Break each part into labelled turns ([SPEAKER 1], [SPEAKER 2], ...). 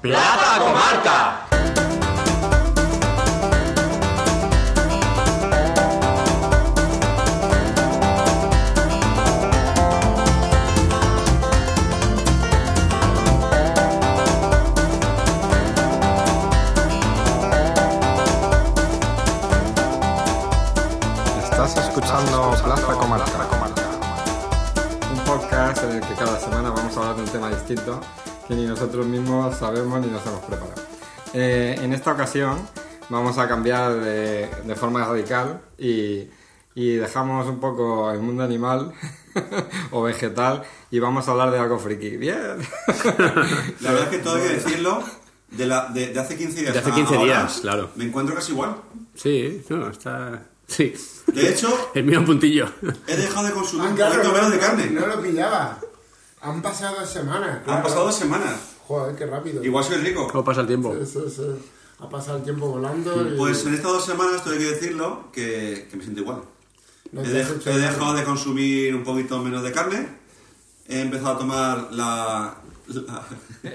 [SPEAKER 1] Plata Comarca.
[SPEAKER 2] Estás escuchando Plaza Comarca, un podcast en el que cada semana vamos a hablar de un tema distinto que ni nosotros mismos sabemos ni nos hemos preparado. Eh, en esta ocasión vamos a cambiar de, de forma radical y, y dejamos un poco el mundo animal o vegetal y vamos a hablar de algo friki. Bien.
[SPEAKER 3] La verdad es que todo hay que decirlo. De, la, de, de hace 15 días.
[SPEAKER 4] De hace
[SPEAKER 3] a
[SPEAKER 4] 15
[SPEAKER 3] ahora,
[SPEAKER 4] días, claro.
[SPEAKER 3] Me encuentro casi igual.
[SPEAKER 4] Sí, no, está. Sí.
[SPEAKER 3] De hecho,
[SPEAKER 4] El mío puntillo.
[SPEAKER 3] he dejado de consumir
[SPEAKER 5] Ah,
[SPEAKER 3] un
[SPEAKER 5] claro,
[SPEAKER 3] poquito menos de
[SPEAKER 5] No
[SPEAKER 3] carne.
[SPEAKER 5] lo pillaba. Han pasado dos semanas. claro.
[SPEAKER 3] Han pasado dos semanas.
[SPEAKER 5] Joder, qué rápido.
[SPEAKER 3] Igual soy rico.
[SPEAKER 4] ¿Cómo pasa el tiempo?
[SPEAKER 5] Eso, eso. Ha pasado el tiempo volando. Y
[SPEAKER 3] Pues en estas dos semanas, todo hay que decirlo, que, que me siento igual.
[SPEAKER 5] no
[SPEAKER 3] He,
[SPEAKER 5] te has
[SPEAKER 3] dej-
[SPEAKER 5] hecho
[SPEAKER 3] he
[SPEAKER 5] nada.
[SPEAKER 3] dejado de consumir un poquito menos de carne. He empezado a tomar la. la-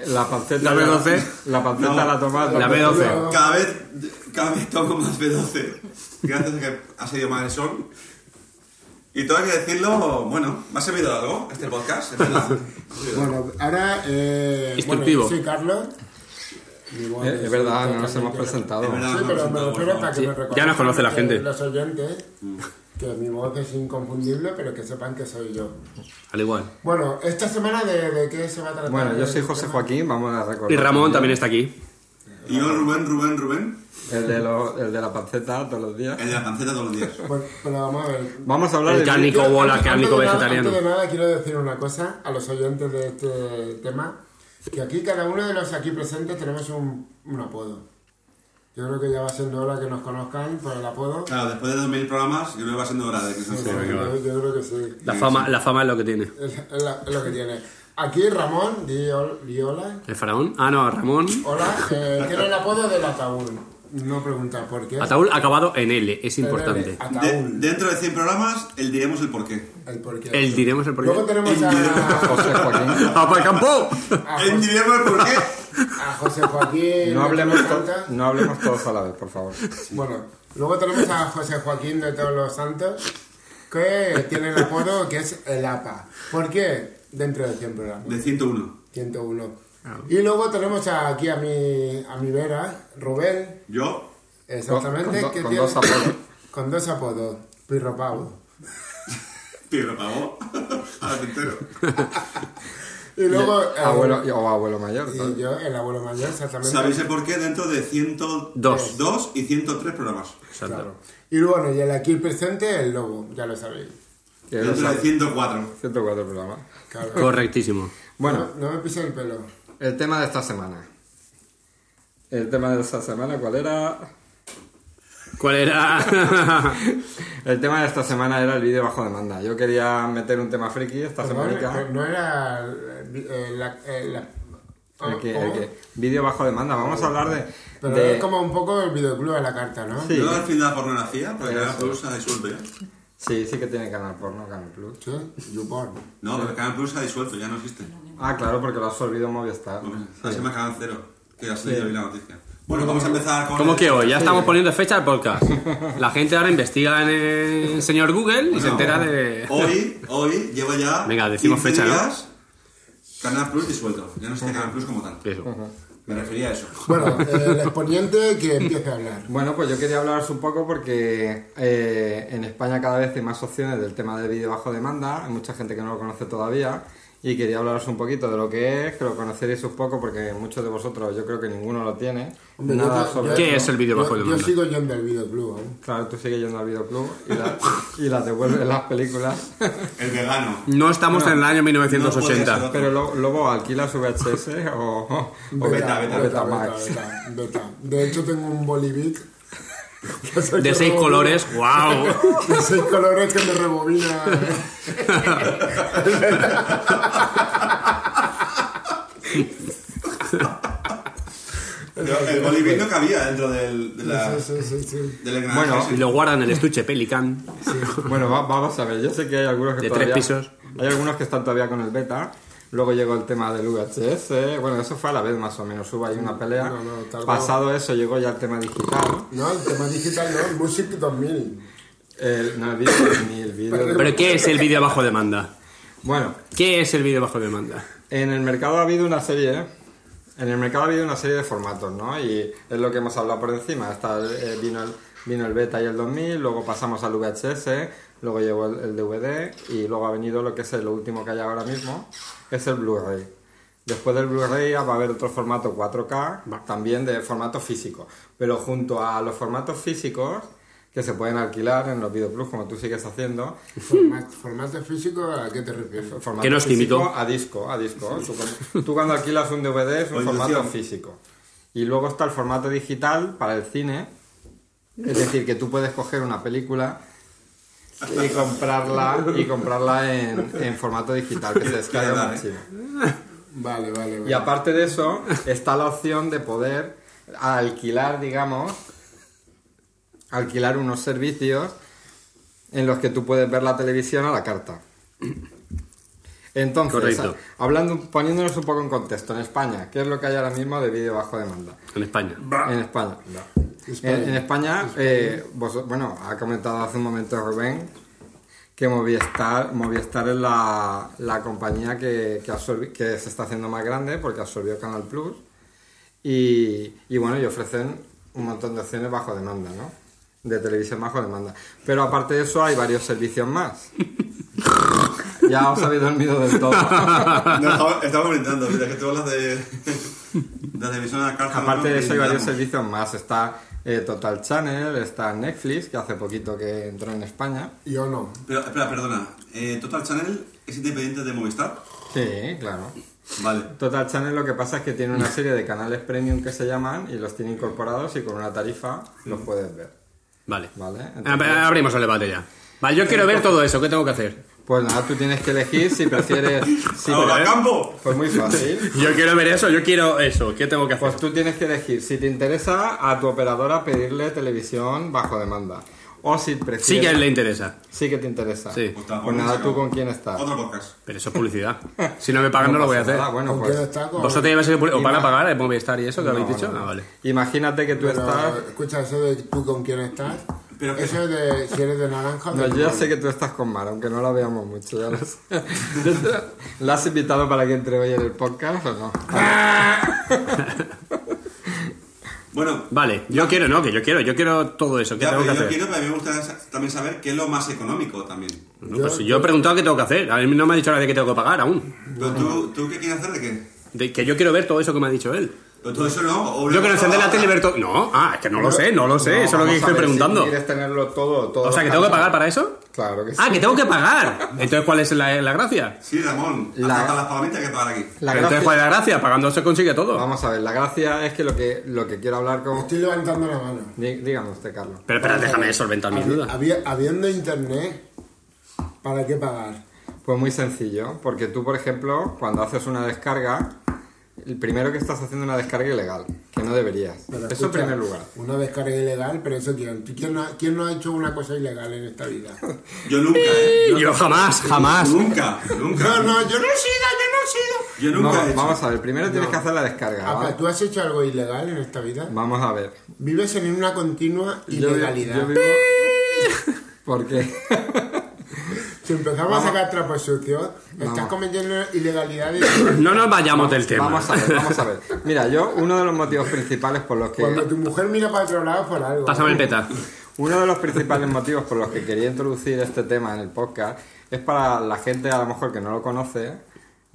[SPEAKER 2] La
[SPEAKER 4] La
[SPEAKER 2] panceta
[SPEAKER 4] B12.
[SPEAKER 2] La panceta
[SPEAKER 3] No.
[SPEAKER 2] la tomás.
[SPEAKER 4] La B12.
[SPEAKER 3] cada, vez, cada vez tomo más B12. Gracias a que ha salido más el sol. Y todo hay que decirlo, bueno, ¿me ha servido de algo este podcast? ¿Es verdad?
[SPEAKER 5] Bueno, ahora. Eh,
[SPEAKER 4] Instructivo.
[SPEAKER 5] Bueno, yo soy Carlos. Igual
[SPEAKER 2] Es, es
[SPEAKER 5] soy
[SPEAKER 2] verdad, no
[SPEAKER 5] totalmente-
[SPEAKER 2] nos hemos presentado.
[SPEAKER 3] Es verdad.
[SPEAKER 5] Sí, pero me refiero para que me reconozcan
[SPEAKER 4] ya nos conoce la
[SPEAKER 5] que
[SPEAKER 4] gente.
[SPEAKER 5] Los oyentes. Que mi voz es inconfundible, pero que sepan que soy yo.
[SPEAKER 4] Al igual.
[SPEAKER 5] Bueno, esta semana de, de qué se va a tratar.
[SPEAKER 2] Bueno, yo soy
[SPEAKER 5] el
[SPEAKER 2] José
[SPEAKER 5] tema?
[SPEAKER 2] Joaquín, vamos a recordar.
[SPEAKER 4] Y Ramón también está aquí.
[SPEAKER 3] Y yo, Rubén, Rubén, Rubén,
[SPEAKER 2] El de, lo- el de la panceta todos los días.
[SPEAKER 3] el de la panceta todos los días.
[SPEAKER 5] Bueno, Pues, pero vamos a ver.
[SPEAKER 2] Vamos a hablar
[SPEAKER 4] El
[SPEAKER 2] de
[SPEAKER 4] cani- Nico
[SPEAKER 5] Yo,
[SPEAKER 4] Bola,
[SPEAKER 5] antes-
[SPEAKER 4] que era
[SPEAKER 5] antes
[SPEAKER 4] Nico
[SPEAKER 5] de nada-
[SPEAKER 4] vegetariano.
[SPEAKER 5] Antes de nada, quiero decir una cosa a los oyentes de este tema: que aquí, cada uno de los aquí presentes, tenemos un, un apodo. Yo creo que ya va siendo hora que nos conozcan por el apodo.
[SPEAKER 4] Ah,
[SPEAKER 3] Claro, después de 2000 programas, yo creo que va siendo hora de que se nos
[SPEAKER 5] yo,
[SPEAKER 3] conozca.
[SPEAKER 5] yo- yo creo que sí.
[SPEAKER 4] La fama, la fama es lo que tiene.
[SPEAKER 5] Es, es la- es lo que tiene. Aquí, Ramón, di, hol- di hola.
[SPEAKER 4] ¿El faraón? Ah, no, Ramón.
[SPEAKER 5] Hola, eh, tiene el apodo del ataúd. No pregunta por qué.
[SPEAKER 4] Ataúd acabado en L, es importante.
[SPEAKER 3] De-
[SPEAKER 5] Ataúd.
[SPEAKER 3] dentro de 100 programas, el diremos el porqué.
[SPEAKER 5] El porqué.
[SPEAKER 4] El diremos el porqué.
[SPEAKER 5] Luego tenemos a,
[SPEAKER 2] José Joaquín.
[SPEAKER 4] ¡Ah, para el campo!
[SPEAKER 5] a,
[SPEAKER 3] El
[SPEAKER 5] José,
[SPEAKER 3] diremos el porqué.
[SPEAKER 5] a José Joaquín.
[SPEAKER 2] No hablemos, to-
[SPEAKER 5] Santa.
[SPEAKER 2] no hablemos todos a la vez, por favor.
[SPEAKER 5] Bueno, luego tenemos a José Joaquín de Todos los Santos, que tiene el apodo que es el APA. ¿Por qué? Dentro de 100 programas.
[SPEAKER 3] De 101.
[SPEAKER 5] 101.
[SPEAKER 2] Ah.
[SPEAKER 5] Y luego tenemos a- aquí a mi, a mi vera, Rubén,
[SPEAKER 3] Yo,
[SPEAKER 2] Con- con
[SPEAKER 5] exactamente,
[SPEAKER 2] do-
[SPEAKER 5] que
[SPEAKER 2] con
[SPEAKER 5] tiene-
[SPEAKER 2] dos apodos.
[SPEAKER 5] Con dos apodos, Pirropavo.
[SPEAKER 3] Pedro Pavó, al entero.
[SPEAKER 5] Y luego... eh,
[SPEAKER 2] Abuelo, o abuelo mayor.
[SPEAKER 5] Y
[SPEAKER 2] ¿sabes?
[SPEAKER 5] yo, el abuelo mayor, exactamente.
[SPEAKER 3] ¿Sabéis el porqué dentro de 102
[SPEAKER 4] Dos.
[SPEAKER 3] dos y 103 programas?
[SPEAKER 4] Exacto.
[SPEAKER 5] Claro. Y bueno, y el aquí presente, el lobo, ya lo sabéis.
[SPEAKER 2] Que los
[SPEAKER 3] Dentro de
[SPEAKER 2] hay
[SPEAKER 3] 104.
[SPEAKER 2] 104 programas.
[SPEAKER 5] Claro.
[SPEAKER 4] Correctísimo.
[SPEAKER 2] Bueno,
[SPEAKER 5] No, no me pise el pelo.
[SPEAKER 2] el tema de esta semana. El tema de esta semana, ¿cuál era?
[SPEAKER 4] ¿Cuál era?
[SPEAKER 2] El tema de esta semana era el vídeo bajo demanda. Yo quería meter un tema friki esta
[SPEAKER 5] Perdón,
[SPEAKER 2] semana.
[SPEAKER 5] eh, no era eh, la, eh, la-
[SPEAKER 2] El que, el
[SPEAKER 5] ah, ¿cómo?
[SPEAKER 2] que- vídeo bajo demanda. Vamos a hablar de-
[SPEAKER 5] Pero
[SPEAKER 2] de
[SPEAKER 5] es como un poco el videoclub a la carta, ¿no?
[SPEAKER 2] Sí.
[SPEAKER 3] Yo al fin de la pornografía, porque
[SPEAKER 2] Eso.
[SPEAKER 3] Canal Plus ha disuelto ya.
[SPEAKER 2] Sí, sí que tiene Canal Porno, Canal Plus.
[SPEAKER 5] Sí, YouPorn.
[SPEAKER 3] No, pero Canal Plus ha disuelto, ya no existe.
[SPEAKER 2] Ah, claro, porque lo ha absorbido Movistar.
[SPEAKER 3] Ahora se me acaban cero, que ha salido hoy la noticia. Bueno, vamos a empezar con...
[SPEAKER 4] ¿Cómo
[SPEAKER 3] el-
[SPEAKER 4] que hoy? Ya estamos poniendo fecha al podcast. La gente ahora investiga en el señor Google y se entera de.
[SPEAKER 3] Hoy, hoy, lleva ya.
[SPEAKER 4] Venga, decimos
[SPEAKER 3] 15
[SPEAKER 4] fecha, ¿no?
[SPEAKER 3] días, Canal Plus disuelto. Ya no existe Canal Plus como tal.
[SPEAKER 4] Eso.
[SPEAKER 3] Me refería a eso.
[SPEAKER 5] Bueno, eh, el exponente que empiece a hablar.
[SPEAKER 2] Bueno, pues yo quería hablaros un poco porque eh, en España cada vez hay más opciones del tema del vídeo bajo demanda, hay mucha gente que no lo conoce todavía y quería hablaros un poquito de lo que es, que lo conoceréis un poco porque muchos de vosotros yo creo que ninguno lo tiene.
[SPEAKER 5] Hombre,
[SPEAKER 2] Nada
[SPEAKER 5] yo-
[SPEAKER 2] sobre
[SPEAKER 5] yo-
[SPEAKER 4] ¿Qué es el vídeo bajo
[SPEAKER 5] yo-
[SPEAKER 4] demanda?
[SPEAKER 5] Yo sigo yendo al videoclub aún.
[SPEAKER 2] Claro, tú sigues yendo al videoclub y las y las devuelves las películas.
[SPEAKER 3] El vegano.
[SPEAKER 4] No estamos en el año
[SPEAKER 3] No podía ser
[SPEAKER 4] 1980.
[SPEAKER 3] otro.
[SPEAKER 2] Pero lo- luego alquila su VHS o, o
[SPEAKER 3] Beta, beta,
[SPEAKER 2] Betamax.
[SPEAKER 5] beta, beta. De hecho, tengo un Bolivic. que es el
[SPEAKER 4] De
[SPEAKER 5] que
[SPEAKER 4] seis
[SPEAKER 5] rebobina-
[SPEAKER 4] colores, wow.
[SPEAKER 5] De seis colores que me rebobina.
[SPEAKER 3] Pero el Bolivir no cabía dentro del, de la,
[SPEAKER 5] Sí, sí, sí, sí.
[SPEAKER 3] del engranaje.
[SPEAKER 2] Bueno,
[SPEAKER 4] Y
[SPEAKER 3] ese.
[SPEAKER 4] lo guardan en el estuche Pelican.
[SPEAKER 2] Bueno, va- vamos a ver. Yo sé que hay algunos que
[SPEAKER 4] De tres
[SPEAKER 2] todavía-
[SPEAKER 4] pisos.
[SPEAKER 2] Hay algunos que están todavía con el beta. Luego llegó el tema del VHS. Bueno, eso fue a la vez más o menos. Hubo ahí una pelea.
[SPEAKER 5] No, no, tardó.
[SPEAKER 2] Pasado eso llegó ya el tema digital.
[SPEAKER 5] No, el tema digital no, Music 2000.
[SPEAKER 2] El, no, el vídeo ni el vídeo.
[SPEAKER 4] ¿Pero qué es el vídeo bajo demanda?
[SPEAKER 2] Bueno,
[SPEAKER 4] ¿Qué es el vídeo bajo demanda?
[SPEAKER 2] En el mercado ha habido una serie, ¿eh? en el mercado ha habido una serie de formatos, ¿no? Y es lo que hemos hablado por encima. Hasta el- eh, vino, el, vino el beta y el 2000, luego pasamos al VHS, luego llegó el, el DVD y luego ha venido lo que es lo último que hay ahora mismo, es el Blu-ray. Después del Blu-ray va a haber otro formato 4K, también de formato físico. Pero junto a los formatos físicos que se pueden alquilar en los videoclubs, como tú sigues haciendo,
[SPEAKER 5] Formato, formato físico, ¿a qué te refieres?
[SPEAKER 2] formato
[SPEAKER 4] Que no es
[SPEAKER 2] físico
[SPEAKER 4] químico.
[SPEAKER 2] A disco, a disco. Tú, cuando- tú cuando alquilas un DVD es
[SPEAKER 3] O
[SPEAKER 2] un
[SPEAKER 3] inducción.
[SPEAKER 2] formato físico. Y luego está el formato digital para el cine. Es decir, que tú puedes coger una película y comprarla y comprarla en, en formato digital, que se descarga un
[SPEAKER 3] legal, ¿eh?
[SPEAKER 2] archivo.
[SPEAKER 5] Vale, vale, vale.
[SPEAKER 2] Y aparte de eso, está la opción de poder alquilar, digamos, alquilar unos servicios en los que tú puedes ver la televisión a la carta. Entonces,
[SPEAKER 4] Correcto.
[SPEAKER 2] hablando, poniéndonos un poco en contexto, en España, ¿qué es lo que hay ahora mismo de vídeo bajo demanda?
[SPEAKER 4] En España.
[SPEAKER 2] En España.
[SPEAKER 5] España.
[SPEAKER 2] En, en España, eh, vos- bueno, ha comentado hace un momento Rubén que Movistar, Movistar es la, la compañía que, que, absorbi- que se está haciendo más grande porque absorbió Canal Plus y, y bueno, y ofrecen un montón de opciones bajo demanda, ¿no? De televisión bajo demanda. Pero aparte de eso hay varios servicios más. ya os habéis dormido del todo.
[SPEAKER 3] No, estamos, estamos brindando, mira que tú hablas de, de la televisión a la carta.
[SPEAKER 2] Ah, Aparte
[SPEAKER 3] ¿no?
[SPEAKER 2] de eso hay
[SPEAKER 3] Y
[SPEAKER 2] varios
[SPEAKER 3] brindamos.
[SPEAKER 2] servicios más. Está eh, Total Channel, está Netflix, que hace poquito que entró en España.
[SPEAKER 5] Yo no.
[SPEAKER 3] Pero, espera, perdona. Eh, Total Channel es independiente de Movistar.
[SPEAKER 2] Sí, claro.
[SPEAKER 3] Vale.
[SPEAKER 2] Total Channel lo que pasa es que tiene una serie de canales premium que se llaman y los tiene incorporados y con una tarifa los puedes ver.
[SPEAKER 4] Vale.
[SPEAKER 2] Vale,
[SPEAKER 4] Ah,
[SPEAKER 2] entonces-
[SPEAKER 4] Abrimos el debate ya. Vale, yo quiero ver todo eso. ¿Qué tengo que hacer?
[SPEAKER 2] Pues nada, tú tienes que elegir si prefieres... si
[SPEAKER 3] ¡Ahora,
[SPEAKER 2] prefieres-
[SPEAKER 3] campo!
[SPEAKER 2] Pues muy fácil.
[SPEAKER 4] Yo quiero ver eso, yo quiero eso. ¿Qué tengo que hacer?
[SPEAKER 2] Pues tú tienes que elegir si te interesa a tu operadora pedirle televisión bajo demanda. O si prefieres...
[SPEAKER 4] Sí que a él le interesa.
[SPEAKER 2] Sí que te interesa.
[SPEAKER 4] Sí.
[SPEAKER 3] Pues está,
[SPEAKER 2] Pues nada,
[SPEAKER 3] buenísimo.
[SPEAKER 2] tú con quién estás.
[SPEAKER 3] Otro podcast.
[SPEAKER 4] Pero eso es publicidad. Si no me pagan, no, lo voy a
[SPEAKER 2] pasa
[SPEAKER 4] hacer.
[SPEAKER 2] nada, bueno,
[SPEAKER 5] ¿Con
[SPEAKER 2] pues...
[SPEAKER 5] quién está? Con-
[SPEAKER 4] ¿Vosotros lleváis el publicidad? ¿Os van a
[SPEAKER 2] Ima-
[SPEAKER 4] pagar el Movistar y eso que habéis
[SPEAKER 2] No,
[SPEAKER 4] dicho?
[SPEAKER 2] no, no.
[SPEAKER 4] Ah, vale.
[SPEAKER 2] Imagínate que tú
[SPEAKER 5] Pero,
[SPEAKER 2] estás...
[SPEAKER 5] escucha, eso de tú con quién estás.
[SPEAKER 3] Pero que-
[SPEAKER 5] eso es de si eres de naranja.
[SPEAKER 2] No,
[SPEAKER 5] de
[SPEAKER 2] yo ya sé que tú estás con Mar, aunque no la veamos mucho, ya lo sé. ¿La has invitado para que entre hoy en el podcast o no?
[SPEAKER 3] Bueno,
[SPEAKER 4] Vale, yo quiero, no, que yo quiero, yo quiero todo eso. ¿Qué
[SPEAKER 3] ya,
[SPEAKER 4] tengo
[SPEAKER 3] pero
[SPEAKER 4] que
[SPEAKER 3] yo
[SPEAKER 4] hacer?
[SPEAKER 3] quiero, pero a mí me gusta sa- también saber qué es lo más económico también.
[SPEAKER 4] No, pues yo he preguntado qué tengo que hacer. A mí no me ha dicho nada de qué tengo que pagar aún.
[SPEAKER 3] Pero tú, ¿tú qué quieres hacer de qué?
[SPEAKER 4] De que yo quiero ver todo eso que me ha dicho él.
[SPEAKER 3] Pero todo eso no. o
[SPEAKER 4] Yo quiero
[SPEAKER 3] una
[SPEAKER 4] encender la
[SPEAKER 3] sola
[SPEAKER 4] tele y
[SPEAKER 3] hora.
[SPEAKER 4] ver todo. No, ah, es que no lo sé, no lo sé.
[SPEAKER 2] No,
[SPEAKER 4] eso es lo
[SPEAKER 2] vamos
[SPEAKER 4] que
[SPEAKER 2] a
[SPEAKER 4] estoy
[SPEAKER 2] ver,
[SPEAKER 4] preguntando.
[SPEAKER 2] Si quieres tenerlo todo, todo.
[SPEAKER 4] o sea, que tengo que pagar para eso.
[SPEAKER 2] Claro que sí.
[SPEAKER 4] Ah, que tengo que pagar. Entonces, ¿cuál es la, la gracia?
[SPEAKER 3] Sí, Ramón.
[SPEAKER 2] La-
[SPEAKER 3] La... Hasta las palomitas hay que pagar aquí.
[SPEAKER 2] La
[SPEAKER 4] Entonces, ¿cuál
[SPEAKER 2] gracia...
[SPEAKER 4] es la gracia? Pagando se consigue todo.
[SPEAKER 2] Vamos a ver, la gracia es que lo que, lo que quiero hablar con...
[SPEAKER 5] Estoy levantando la mano.
[SPEAKER 2] Dí- Dígame usted, Carlos.
[SPEAKER 4] Pero espera, déjame solventar mis
[SPEAKER 5] Habi-
[SPEAKER 4] dudas.
[SPEAKER 5] habi- habiendo internet, ¿para qué pagar?
[SPEAKER 2] Pues muy sencillo, porque tú, por ejemplo, cuando haces una descarga, el primero que estás haciendo una descarga ilegal, que no deberías.
[SPEAKER 5] Pero
[SPEAKER 2] Eso en
[SPEAKER 5] escucha,
[SPEAKER 2] primer lugar.
[SPEAKER 5] Una descarga ilegal, pero eso quién. ¿Quién no, ha- quién no ha hecho una cosa ilegal en esta vida?
[SPEAKER 3] Yo nunca, ¿eh?
[SPEAKER 4] Yo jamás, jamás.
[SPEAKER 3] Nunca, nunca.
[SPEAKER 5] No, no, yo no he sido, yo no he sido.
[SPEAKER 3] Yo nunca
[SPEAKER 2] No,
[SPEAKER 3] he hecho. Ah,
[SPEAKER 2] Vamos a ver, primero tienes que hacer la descarga.
[SPEAKER 5] Apa,
[SPEAKER 2] ¿vale?
[SPEAKER 5] Ah, ¿Tú has hecho algo ilegal en esta vida?
[SPEAKER 2] Vamos a ver.
[SPEAKER 5] Vives en una continua
[SPEAKER 2] Yo vi-
[SPEAKER 5] ilegalidad.
[SPEAKER 2] yo vivo- Porque
[SPEAKER 5] Si empezamos a sacar trapos sucios, estás
[SPEAKER 2] Vamos.
[SPEAKER 5] cometiendo ilegalidades.
[SPEAKER 4] No nos vayamos del tema.
[SPEAKER 2] vamos a ver, vamos a ver. Mira, yo uno de los motivos principales por los que
[SPEAKER 5] Cuando tu mujer mira para otro lado por algo.
[SPEAKER 4] Pásame el peta.
[SPEAKER 2] uno de los principales motivos por los que quería introducir este tema en el podcast es para la gente a lo mejor que no lo conoce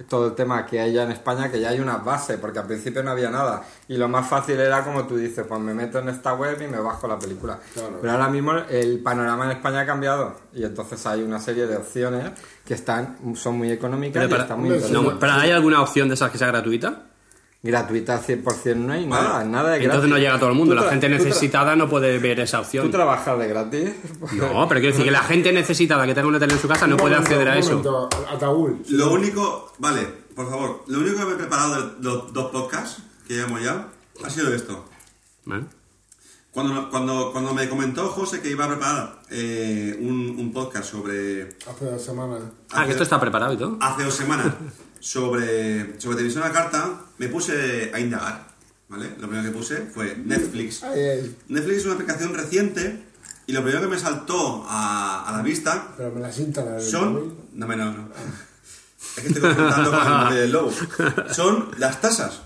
[SPEAKER 2] todo el tema que hay ya en España que ya hay una base porque al principio no había nada y lo más fácil era como tú dices pues me meto en esta web y me bajo la película
[SPEAKER 5] Claro.
[SPEAKER 2] pero ahora mismo el panorama en España ha cambiado y entonces hay una serie de opciones que están son muy económicas
[SPEAKER 4] Pero
[SPEAKER 2] y
[SPEAKER 4] para-
[SPEAKER 2] están muy
[SPEAKER 5] Hombre,
[SPEAKER 2] interesantes.
[SPEAKER 4] No, pero ¿hay alguna opción de esas que sea gratuita?
[SPEAKER 2] Gratuita 100% no hay
[SPEAKER 3] Bueno,
[SPEAKER 2] nada, nada de gratis.
[SPEAKER 4] Entonces no llega a todo el mundo.
[SPEAKER 2] Tú
[SPEAKER 4] La
[SPEAKER 2] tra-
[SPEAKER 4] gente
[SPEAKER 2] tú tra-
[SPEAKER 4] necesitada no puede ver esa
[SPEAKER 2] ¿Tú
[SPEAKER 4] opción.
[SPEAKER 2] trabajas de gratis?
[SPEAKER 4] No, pero quiero decir que la gente necesitada que tenga una tele en su casa no
[SPEAKER 5] Un
[SPEAKER 4] puede
[SPEAKER 5] momento,
[SPEAKER 4] acceder a
[SPEAKER 5] un
[SPEAKER 4] eso.
[SPEAKER 5] momento, Ataúd.
[SPEAKER 3] Lo único, vale, por favor, lo único que
[SPEAKER 4] ¿Eh?
[SPEAKER 3] me he preparado de los dos podcasts que llevamos ya ha sido esto.
[SPEAKER 4] Bueno,
[SPEAKER 3] Cuando, cuando, cuando me comentó José que iba a preparar eh, un, un podcast sobre.
[SPEAKER 5] Hace dos semanas.
[SPEAKER 4] Ah, que esto está preparado y todo.
[SPEAKER 3] Hace dos semanas, sobre, sobre televisión a la carta, me puse a indagar. ¿Vale? Lo primero que puse fue Netflix.
[SPEAKER 5] Ay, ay.
[SPEAKER 3] Netflix es una aplicación reciente y lo primero que me saltó a, a la vista
[SPEAKER 5] Pero me la cinta la del móvil.
[SPEAKER 3] son. No, no, no. Es que estoy confrontando con el nombre del lobo. Son las tasas.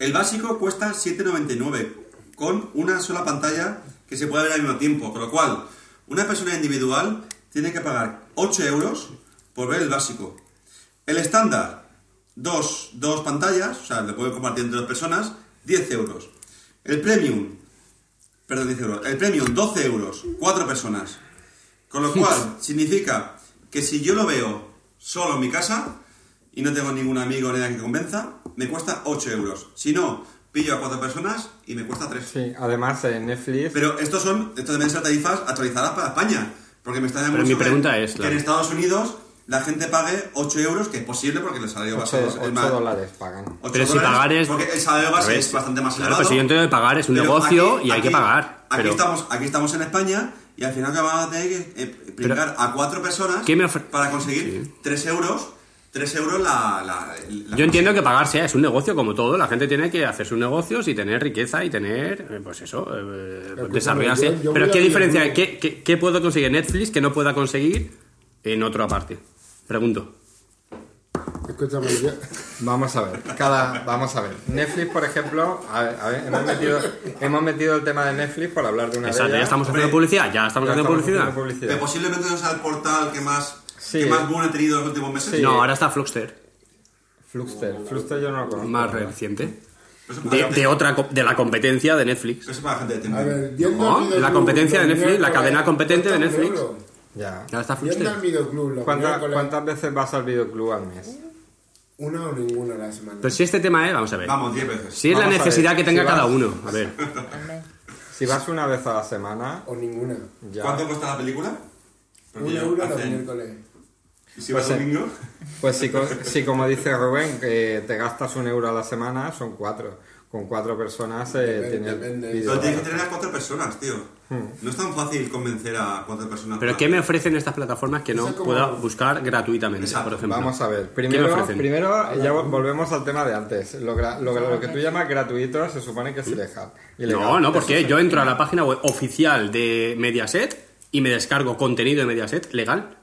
[SPEAKER 3] El básico cuesta 7,99 con una sola pantalla que se puede ver al mismo tiempo. Con lo cual, una persona individual tiene que pagar 8 euros por ver el básico. El estándar, dos, dos pantallas, o sea, lo pueden compartir entre dos personas, 10 euros. El premium, perdón, 10 euros. El premium, 12 euros, cuatro personas. Con lo cual, significa que si yo lo veo solo en mi casa y no tengo ningún amigo ni nadie que convenza, me cuesta 8 euros. Si no, pillo a cuatro personas y me cuesta 3.
[SPEAKER 2] Sí, además en Netflix.
[SPEAKER 3] Pero estos son, estos deben ser tarifas actualizadas para España. Porque me está dando
[SPEAKER 4] Pero
[SPEAKER 3] mucho
[SPEAKER 4] mi pregunta
[SPEAKER 3] que,
[SPEAKER 4] es,
[SPEAKER 3] que
[SPEAKER 4] claro.
[SPEAKER 3] en Estados Unidos la gente pague 8 euros, que es posible porque el salario base es,
[SPEAKER 2] 8,
[SPEAKER 3] es más.
[SPEAKER 2] dólares pagan.
[SPEAKER 3] 8
[SPEAKER 4] Pero si
[SPEAKER 3] dólares,
[SPEAKER 4] pagar es-
[SPEAKER 3] Porque el salario base
[SPEAKER 4] Pero
[SPEAKER 3] es bastante más
[SPEAKER 4] claro,
[SPEAKER 3] elevado.
[SPEAKER 4] pero si yo entiendo que pagar es un
[SPEAKER 3] Pero
[SPEAKER 4] negocio
[SPEAKER 3] aquí-
[SPEAKER 4] y hay que
[SPEAKER 3] aquí-
[SPEAKER 4] pagar,
[SPEAKER 3] Aquí,
[SPEAKER 4] pero-
[SPEAKER 3] estamos, aquí estamos en España y al final acabamos de tener que eh, brincar a cuatro personas
[SPEAKER 4] ¿Qué me ofre-
[SPEAKER 3] para conseguir 3 euros. 3 euros la. la- la-
[SPEAKER 4] Yo entiendo que pagar sea, es un negocio como todo, la gente tiene que hacer sus negocios y tener riqueza y tener, eh, pues eso, eh,
[SPEAKER 5] Escúchame,
[SPEAKER 4] desarrollarse.
[SPEAKER 5] yo- yo
[SPEAKER 4] Pero
[SPEAKER 5] voy
[SPEAKER 4] ¿qué
[SPEAKER 5] a
[SPEAKER 4] diferencia, hay?
[SPEAKER 5] Villanueva.
[SPEAKER 4] ¿Qué, qué, qué puedo conseguir Netflix que no pueda conseguir en otra parte? Pregunto.
[SPEAKER 5] Escúchame, yo.
[SPEAKER 2] Vamos a ver, cada, vamos a ver. Netflix, por ejemplo, a ver, a ver, hemos, metido, hemos metido el tema de Netflix por hablar de una
[SPEAKER 4] Exacto,
[SPEAKER 2] de
[SPEAKER 4] ya
[SPEAKER 2] ellas.
[SPEAKER 4] estamos haciendo
[SPEAKER 3] Hombre,
[SPEAKER 4] publicidad, ya estamos
[SPEAKER 2] Ya
[SPEAKER 4] haciendo
[SPEAKER 2] estamos
[SPEAKER 4] publicidad.
[SPEAKER 2] haciendo
[SPEAKER 3] que posiblemente no sea el portal que más.
[SPEAKER 2] Sí.
[SPEAKER 3] Que más boom ha tenido en los últimos meses.
[SPEAKER 2] Sí.
[SPEAKER 4] No, ahora está Fluxter,
[SPEAKER 2] Fluxter, Fluxter yo no lo conozco.
[SPEAKER 4] más reciente.
[SPEAKER 3] Pero eso para
[SPEAKER 4] De,
[SPEAKER 3] gente-
[SPEAKER 4] de otra, co- de la competencia de Netflix.
[SPEAKER 3] pero eso para gente de
[SPEAKER 5] A
[SPEAKER 3] Tinder.
[SPEAKER 5] ver, yendo
[SPEAKER 4] No,
[SPEAKER 5] al videoclub
[SPEAKER 4] la competencia de
[SPEAKER 5] los
[SPEAKER 4] Netflix, la
[SPEAKER 5] miércoles,
[SPEAKER 4] cadena competente de
[SPEAKER 5] ¿cuántos
[SPEAKER 4] Netflix?
[SPEAKER 5] euros?
[SPEAKER 2] Ya.
[SPEAKER 4] Ya está
[SPEAKER 5] Yendo al
[SPEAKER 4] Fluxter.
[SPEAKER 5] videoclub, los
[SPEAKER 2] ¿Cuánta-
[SPEAKER 5] miércoles,
[SPEAKER 2] ¿Cuántas veces vas al videoclub al mes?
[SPEAKER 5] una o ninguna a la semana.
[SPEAKER 4] Pero si este tema es, vamos a ver.
[SPEAKER 3] Vamos, 10 veces.
[SPEAKER 4] Si es la
[SPEAKER 2] Vamos a ver,
[SPEAKER 4] necesidad que
[SPEAKER 2] si
[SPEAKER 4] tenga
[SPEAKER 2] vas-
[SPEAKER 4] cada uno. A ver.
[SPEAKER 2] Si vas una vez a la semana,
[SPEAKER 5] O ninguna.
[SPEAKER 2] ya.
[SPEAKER 3] ¿Cuánto cuesta la película? Porque
[SPEAKER 5] Un
[SPEAKER 3] yo-
[SPEAKER 5] euro los
[SPEAKER 3] hace-
[SPEAKER 5] miércoles.
[SPEAKER 3] ¿Y si va
[SPEAKER 2] Pues, eh,
[SPEAKER 3] domingo?
[SPEAKER 2] Pues si, co- si como dice Rubén, que te gastas un euro a la semana, son cuatro. Con cuatro personas eh,
[SPEAKER 5] Depende,
[SPEAKER 2] tienes
[SPEAKER 5] depende.
[SPEAKER 2] vídeo.
[SPEAKER 3] Pero tienes que tener a cuatro personas, tío.
[SPEAKER 2] Hmm.
[SPEAKER 3] No es tan fácil convencer a cuatro personas.
[SPEAKER 4] Pero
[SPEAKER 3] para-
[SPEAKER 4] ¿qué me ofrecen estas plataformas que no
[SPEAKER 5] Eso es como-
[SPEAKER 4] pueda buscar gratuitamente,
[SPEAKER 3] Exacto.
[SPEAKER 4] por ejemplo?
[SPEAKER 2] Vamos a ver,
[SPEAKER 4] me
[SPEAKER 2] primero,
[SPEAKER 4] ofrecen?
[SPEAKER 2] primero ya vol- volvemos al tema de antes. Lo, gra- lo- lo que tú llamas gratuito se supone que es ilegal. ilegal.
[SPEAKER 4] No, no,
[SPEAKER 2] Eso
[SPEAKER 4] porque yo entro a la página web oficial de Mediaset y me descargo contenido de Mediaset legal.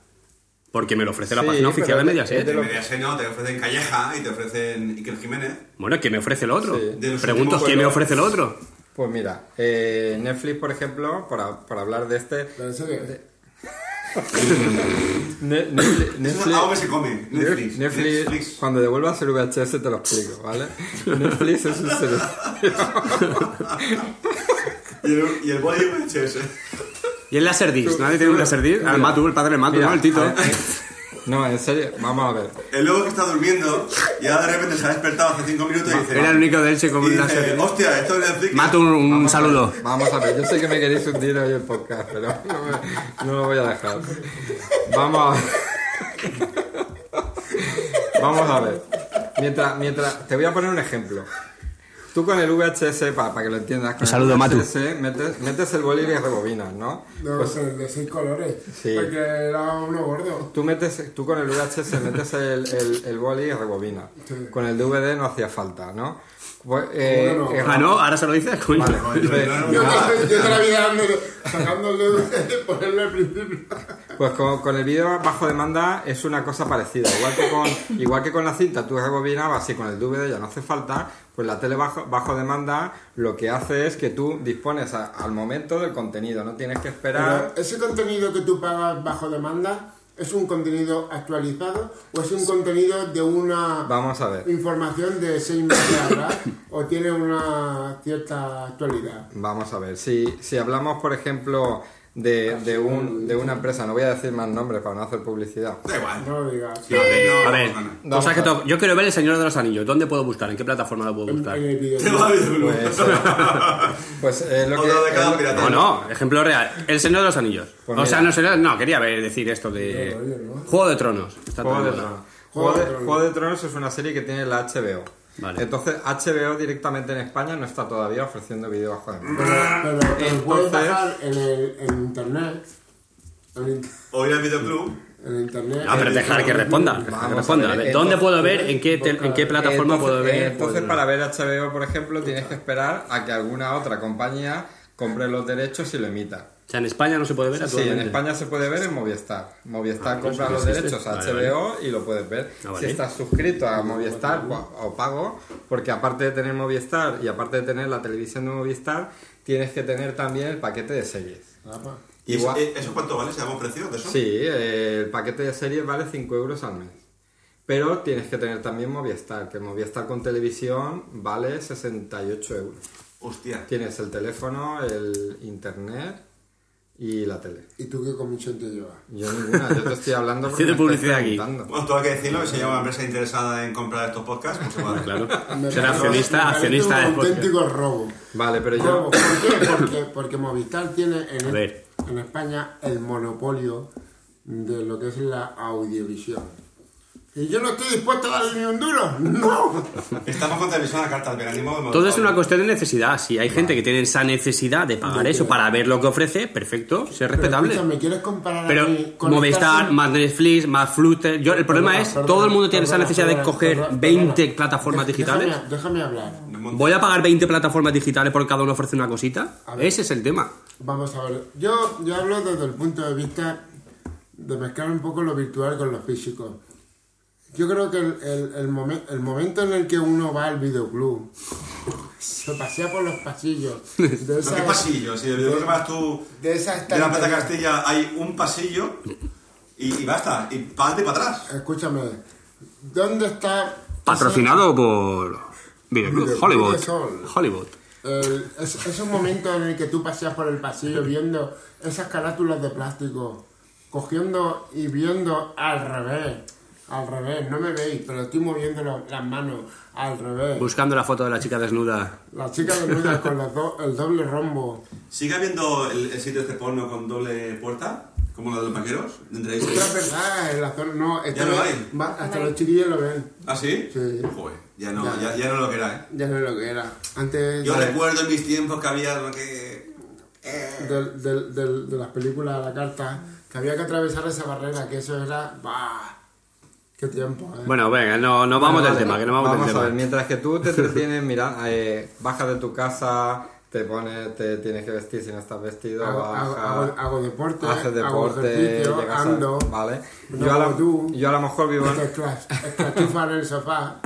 [SPEAKER 4] Porque me lo ofrece la
[SPEAKER 2] Sí,
[SPEAKER 4] página oficial de
[SPEAKER 2] pero
[SPEAKER 4] Mediaset.
[SPEAKER 2] es de
[SPEAKER 3] Te
[SPEAKER 2] lo-
[SPEAKER 3] ofrecen, no, te ofrecen Calleja y te ofrecen Iker Jiménez.
[SPEAKER 4] Bueno, ¿qué me ofrece el otro?
[SPEAKER 2] Sí.
[SPEAKER 3] De los
[SPEAKER 4] Pregunto,
[SPEAKER 3] últimos
[SPEAKER 4] ¿qué me
[SPEAKER 3] juegos-
[SPEAKER 4] ofrece el otro?
[SPEAKER 2] Pues mira, eh, Netflix, por ejemplo, para, para hablar de este.
[SPEAKER 5] Pero en serio,
[SPEAKER 2] Ne- Netflix,
[SPEAKER 3] Eso es algo que se come. Netflix.
[SPEAKER 2] Netflix, cuando devuelvas el VHS te lo explico, ¿vale? Netflix es un servicio.
[SPEAKER 3] Y el, y el body VHS.
[SPEAKER 4] Y el Laserdisc, ¿nadie tiene un Laserdisc? Al Matu, el padre del Matu,
[SPEAKER 2] Mira,
[SPEAKER 4] ¿no? El Tito.
[SPEAKER 2] a ver, No, en serio, vamos a ver.
[SPEAKER 3] El lobo que está durmiendo y ahora de repente se ha despertado hace 5 minutos y dice... "Ah",
[SPEAKER 4] Era el único de Elche con
[SPEAKER 3] y
[SPEAKER 4] un
[SPEAKER 3] dice,
[SPEAKER 4] Laserdisc.
[SPEAKER 3] hostia, esto es Netflix.
[SPEAKER 4] Matu, un- un saludo.
[SPEAKER 2] Vamos a ver, yo sé que me queréis hundir hoy el podcast, pero no, me- no lo voy a dejar. Vamos a Vamos a ver. Mientras, mientras, te voy a poner un ejemplo. Tú con el VHS, para, que lo entiendas, con
[SPEAKER 4] Un saludo,
[SPEAKER 2] el
[SPEAKER 4] Matu.
[SPEAKER 2] VHS metes, metes el bolígrafo y rebobinas, ¿no?
[SPEAKER 5] no, son de seis colores.
[SPEAKER 2] Pues Sí.
[SPEAKER 5] Porque era uno gordo.
[SPEAKER 2] Tú, metes, tú con el VHS metes el, el, el boli y rebobina.
[SPEAKER 5] Sí.
[SPEAKER 2] Con el DVD no hacía falta, ¿no? Pues, eh,
[SPEAKER 5] ¿Cómo que no?
[SPEAKER 2] eh,
[SPEAKER 4] Ah, no, ahora se lo dices, coño.
[SPEAKER 3] Joder, no, no, no,
[SPEAKER 5] Yo,
[SPEAKER 3] nada.
[SPEAKER 5] te, yo te la vi dando, sacándole ponerlo al principio.
[SPEAKER 2] Pues con, con el vídeo bajo demanda es una cosa parecida. Igual que con, igual que con la cinta, tú rebobinabas y con el DVD ya no hace falta, pues la tele bajo, bajo demanda lo que hace es que tú dispones a- al momento del contenido, no tienes que esperar.
[SPEAKER 5] Pero, ¿Ese contenido que tú pagas bajo demanda es un contenido actualizado o es un contenido de una
[SPEAKER 2] Vamos a ver.
[SPEAKER 5] información de seis meses atrás o tiene una cierta actualidad?
[SPEAKER 2] Vamos a ver, si, si hablamos, por ejemplo, de, de, un, de una empresa, no voy a decir más nombres para no hacer publicidad.
[SPEAKER 3] Da igual.
[SPEAKER 5] No lo digas.
[SPEAKER 3] Sí, no,
[SPEAKER 4] A ver,
[SPEAKER 3] no, no.
[SPEAKER 4] cosas que tengo- yo quiero ver El Señor de los Anillos. ¿Dónde puedo buscar? ¿En qué plataforma lo puedo
[SPEAKER 5] En,
[SPEAKER 4] buscar?
[SPEAKER 5] en el
[SPEAKER 3] Te
[SPEAKER 5] video.
[SPEAKER 3] va a ver, Blue.
[SPEAKER 2] Pues, pues es lo que.
[SPEAKER 3] Otro de cada
[SPEAKER 2] es lo-
[SPEAKER 3] pirata.
[SPEAKER 4] No, no, ejemplo real. El Señor de los Anillos.
[SPEAKER 2] Pues
[SPEAKER 4] o
[SPEAKER 2] mira.
[SPEAKER 4] sea, no sería. No, quería ver, decir esto de.
[SPEAKER 5] No, no, no.
[SPEAKER 4] Juego de Tronos. Está
[SPEAKER 2] Juego
[SPEAKER 4] tan
[SPEAKER 2] de
[SPEAKER 4] bueno.
[SPEAKER 2] Tronos. Juego de, Juego de Tronos es una serie que tiene la HBO.
[SPEAKER 4] Vale.
[SPEAKER 2] Entonces, HBO directamente en España no está todavía ofreciendo vídeos bajo demanda.
[SPEAKER 5] Pero, pero te lo puedes
[SPEAKER 2] Entonces-
[SPEAKER 5] bajar en, el, en internet. En, in-
[SPEAKER 3] O ir al videoclub.
[SPEAKER 5] en internet. Eh,
[SPEAKER 4] Ah, pero
[SPEAKER 5] en-
[SPEAKER 4] dejar que responda.
[SPEAKER 2] Vamos
[SPEAKER 4] Dejar
[SPEAKER 2] a
[SPEAKER 4] que
[SPEAKER 2] ver,
[SPEAKER 4] responda. A ver, ¿Dónde
[SPEAKER 2] entonces-
[SPEAKER 4] puedo ver? ¿En qué, tel- en qué plataforma
[SPEAKER 2] Entonces- eh,
[SPEAKER 4] puedo ver?
[SPEAKER 2] Entonces,
[SPEAKER 4] Pues,
[SPEAKER 2] para ver HBO, por ejemplo, tienes que esperar a que alguna otra compañía compre los derechos y lo emita.
[SPEAKER 4] O sea, en España no se puede ver
[SPEAKER 2] Sí, en
[SPEAKER 4] actualmente.
[SPEAKER 2] España se puede ver en Movistar. Movistar
[SPEAKER 4] Ah,
[SPEAKER 2] compra
[SPEAKER 4] pues,
[SPEAKER 2] los
[SPEAKER 4] ¿existe?
[SPEAKER 2] derechos a
[SPEAKER 4] Vale,
[SPEAKER 2] HBO y lo puedes ver.
[SPEAKER 4] Ah, vale.
[SPEAKER 2] Si estás suscrito a Movistar o a- o pago, porque aparte de tener Movistar y aparte de tener la televisión de Movistar, tienes que tener también el paquete de series.
[SPEAKER 5] Apa.
[SPEAKER 3] ¿Y eso,
[SPEAKER 2] Igual-
[SPEAKER 3] eh, eso cuánto vale? ¿Se damos precio de eso?
[SPEAKER 2] Sí, eh, el paquete de series vale 5 euros al mes. Pero tienes que tener también Movistar, que Movistar con televisión vale 68 euros.
[SPEAKER 3] Hostia.
[SPEAKER 2] Tienes el teléfono, el internet y la tele.
[SPEAKER 5] ¿Y tú qué comisión te llevas?
[SPEAKER 2] Yo ninguna, yo te estoy hablando porque
[SPEAKER 4] Haciendo
[SPEAKER 2] me estás
[SPEAKER 4] publicidad aquí.
[SPEAKER 2] preguntando.
[SPEAKER 3] Bueno, todo hay que decirlo, que si hay una empresa interesada en comprar estos podcasts, pues se va
[SPEAKER 4] Claro.
[SPEAKER 5] Me
[SPEAKER 4] Será
[SPEAKER 5] parece- me
[SPEAKER 4] accionista,
[SPEAKER 5] parece
[SPEAKER 4] accionista
[SPEAKER 5] un
[SPEAKER 4] del podcast.
[SPEAKER 5] auténtico robo.
[SPEAKER 2] Vale, pero yo.
[SPEAKER 5] Robo. ¿Por qué? Porque, porque Movistar tiene en, e-
[SPEAKER 4] A ver.
[SPEAKER 5] en España el monopolio de lo que es la audiovisión. Y yo no estoy dispuesto a darle ni un duro. ¡No!
[SPEAKER 3] Estamos con televisión a cartas, veganismo. hemos
[SPEAKER 4] Todo es
[SPEAKER 3] hablado.
[SPEAKER 4] una cuestión de necesidad. Si hay gente que tiene esa necesidad de pagar eso para ver lo que ofrece, perfecto, ser respetable.
[SPEAKER 5] ¿Me quieres comparar a
[SPEAKER 4] Pero
[SPEAKER 5] mí con
[SPEAKER 4] Movistar,
[SPEAKER 5] esta-
[SPEAKER 4] más Netflix, más Flutter. Yo, el problema
[SPEAKER 5] Perdona,
[SPEAKER 4] es,
[SPEAKER 5] perdona,
[SPEAKER 4] todo el mundo tiene esa
[SPEAKER 5] perdona,
[SPEAKER 4] necesidad de
[SPEAKER 5] perdona,
[SPEAKER 4] coger
[SPEAKER 5] perdona,
[SPEAKER 4] 20
[SPEAKER 5] perdona.
[SPEAKER 4] plataformas
[SPEAKER 5] Dej-
[SPEAKER 4] digitales.
[SPEAKER 5] Déjame, déjame hablar.
[SPEAKER 4] ¿Voy a pagar 20 plataformas digitales por cada uno ofrece una cosita?
[SPEAKER 5] A ver.
[SPEAKER 4] Ese es el tema.
[SPEAKER 5] Vamos a ver. Yo, yo hablo desde el punto de vista de mezclar un poco lo virtual con lo físico. Yo creo que el, el- el momen- el momento en el que uno va al videoclub, se pasea por los pasillos. De
[SPEAKER 3] ¿No? ¿Qué pasillo? Si de videoclub vas tú
[SPEAKER 5] de esa
[SPEAKER 3] de la Plata
[SPEAKER 5] estantería.
[SPEAKER 3] Castilla hay un pasillo y, y basta, y para adelante y para atrás.
[SPEAKER 5] Escúchame, ¿dónde está
[SPEAKER 4] Patrocinado por Videoclub
[SPEAKER 5] Videoclub
[SPEAKER 4] Hollywood.
[SPEAKER 5] de Sol.
[SPEAKER 4] Hollywood.
[SPEAKER 5] El- es, es un momento en el que tú paseas por el pasillo viendo esas carátulas de plástico, cogiendo y viendo al revés, al revés, no me veis, pero estoy moviendo lo- las manos al revés.
[SPEAKER 4] Buscando la foto de la chica desnuda.
[SPEAKER 5] Las chicas desnudas con los do- el doble rombo.
[SPEAKER 3] ¿Sigue habiendo el, el sitio este porno con doble puerta? Como lo de los vaqueros, de
[SPEAKER 5] Pero es
[SPEAKER 3] entrevistas.
[SPEAKER 5] verdad, en la zona- no, esta
[SPEAKER 3] Ya lo
[SPEAKER 5] vez
[SPEAKER 3] hay.
[SPEAKER 5] va- hasta los chiquillos lo ven.
[SPEAKER 3] ¿Ah, sí?
[SPEAKER 5] Sí.
[SPEAKER 3] Joder, ya no, ya, ya no lo que era, ¿eh?
[SPEAKER 5] Ya no es lo que era. Antes
[SPEAKER 3] Yo
[SPEAKER 5] de,
[SPEAKER 3] recuerdo en mis tiempos que había lo que... eh,
[SPEAKER 5] del- del- del- de las películas a la carta, que había que atravesar esa barrera, que eso era... ¡Bah! ¡Qué tiempo! eh!
[SPEAKER 4] Bueno, venga, no, no vamos del
[SPEAKER 2] Vale,
[SPEAKER 4] tema, que no vamos, del
[SPEAKER 2] a ver,
[SPEAKER 4] tema.
[SPEAKER 2] mientras que tú te entretienes, mira, eh, bajas de tu casa, te pones, te tienes que vestir si no estás vestido,
[SPEAKER 5] Hago, hago-
[SPEAKER 2] bajas,
[SPEAKER 5] hago- hago deporte,
[SPEAKER 2] haces
[SPEAKER 5] hago
[SPEAKER 2] deporte,
[SPEAKER 5] ejercicio,
[SPEAKER 2] llegas a-
[SPEAKER 5] ando,
[SPEAKER 2] vale.
[SPEAKER 5] no
[SPEAKER 2] yo, a
[SPEAKER 5] como tú.
[SPEAKER 2] la, yo a lo mejor vivo,
[SPEAKER 5] te clas- te estufa en el sofá.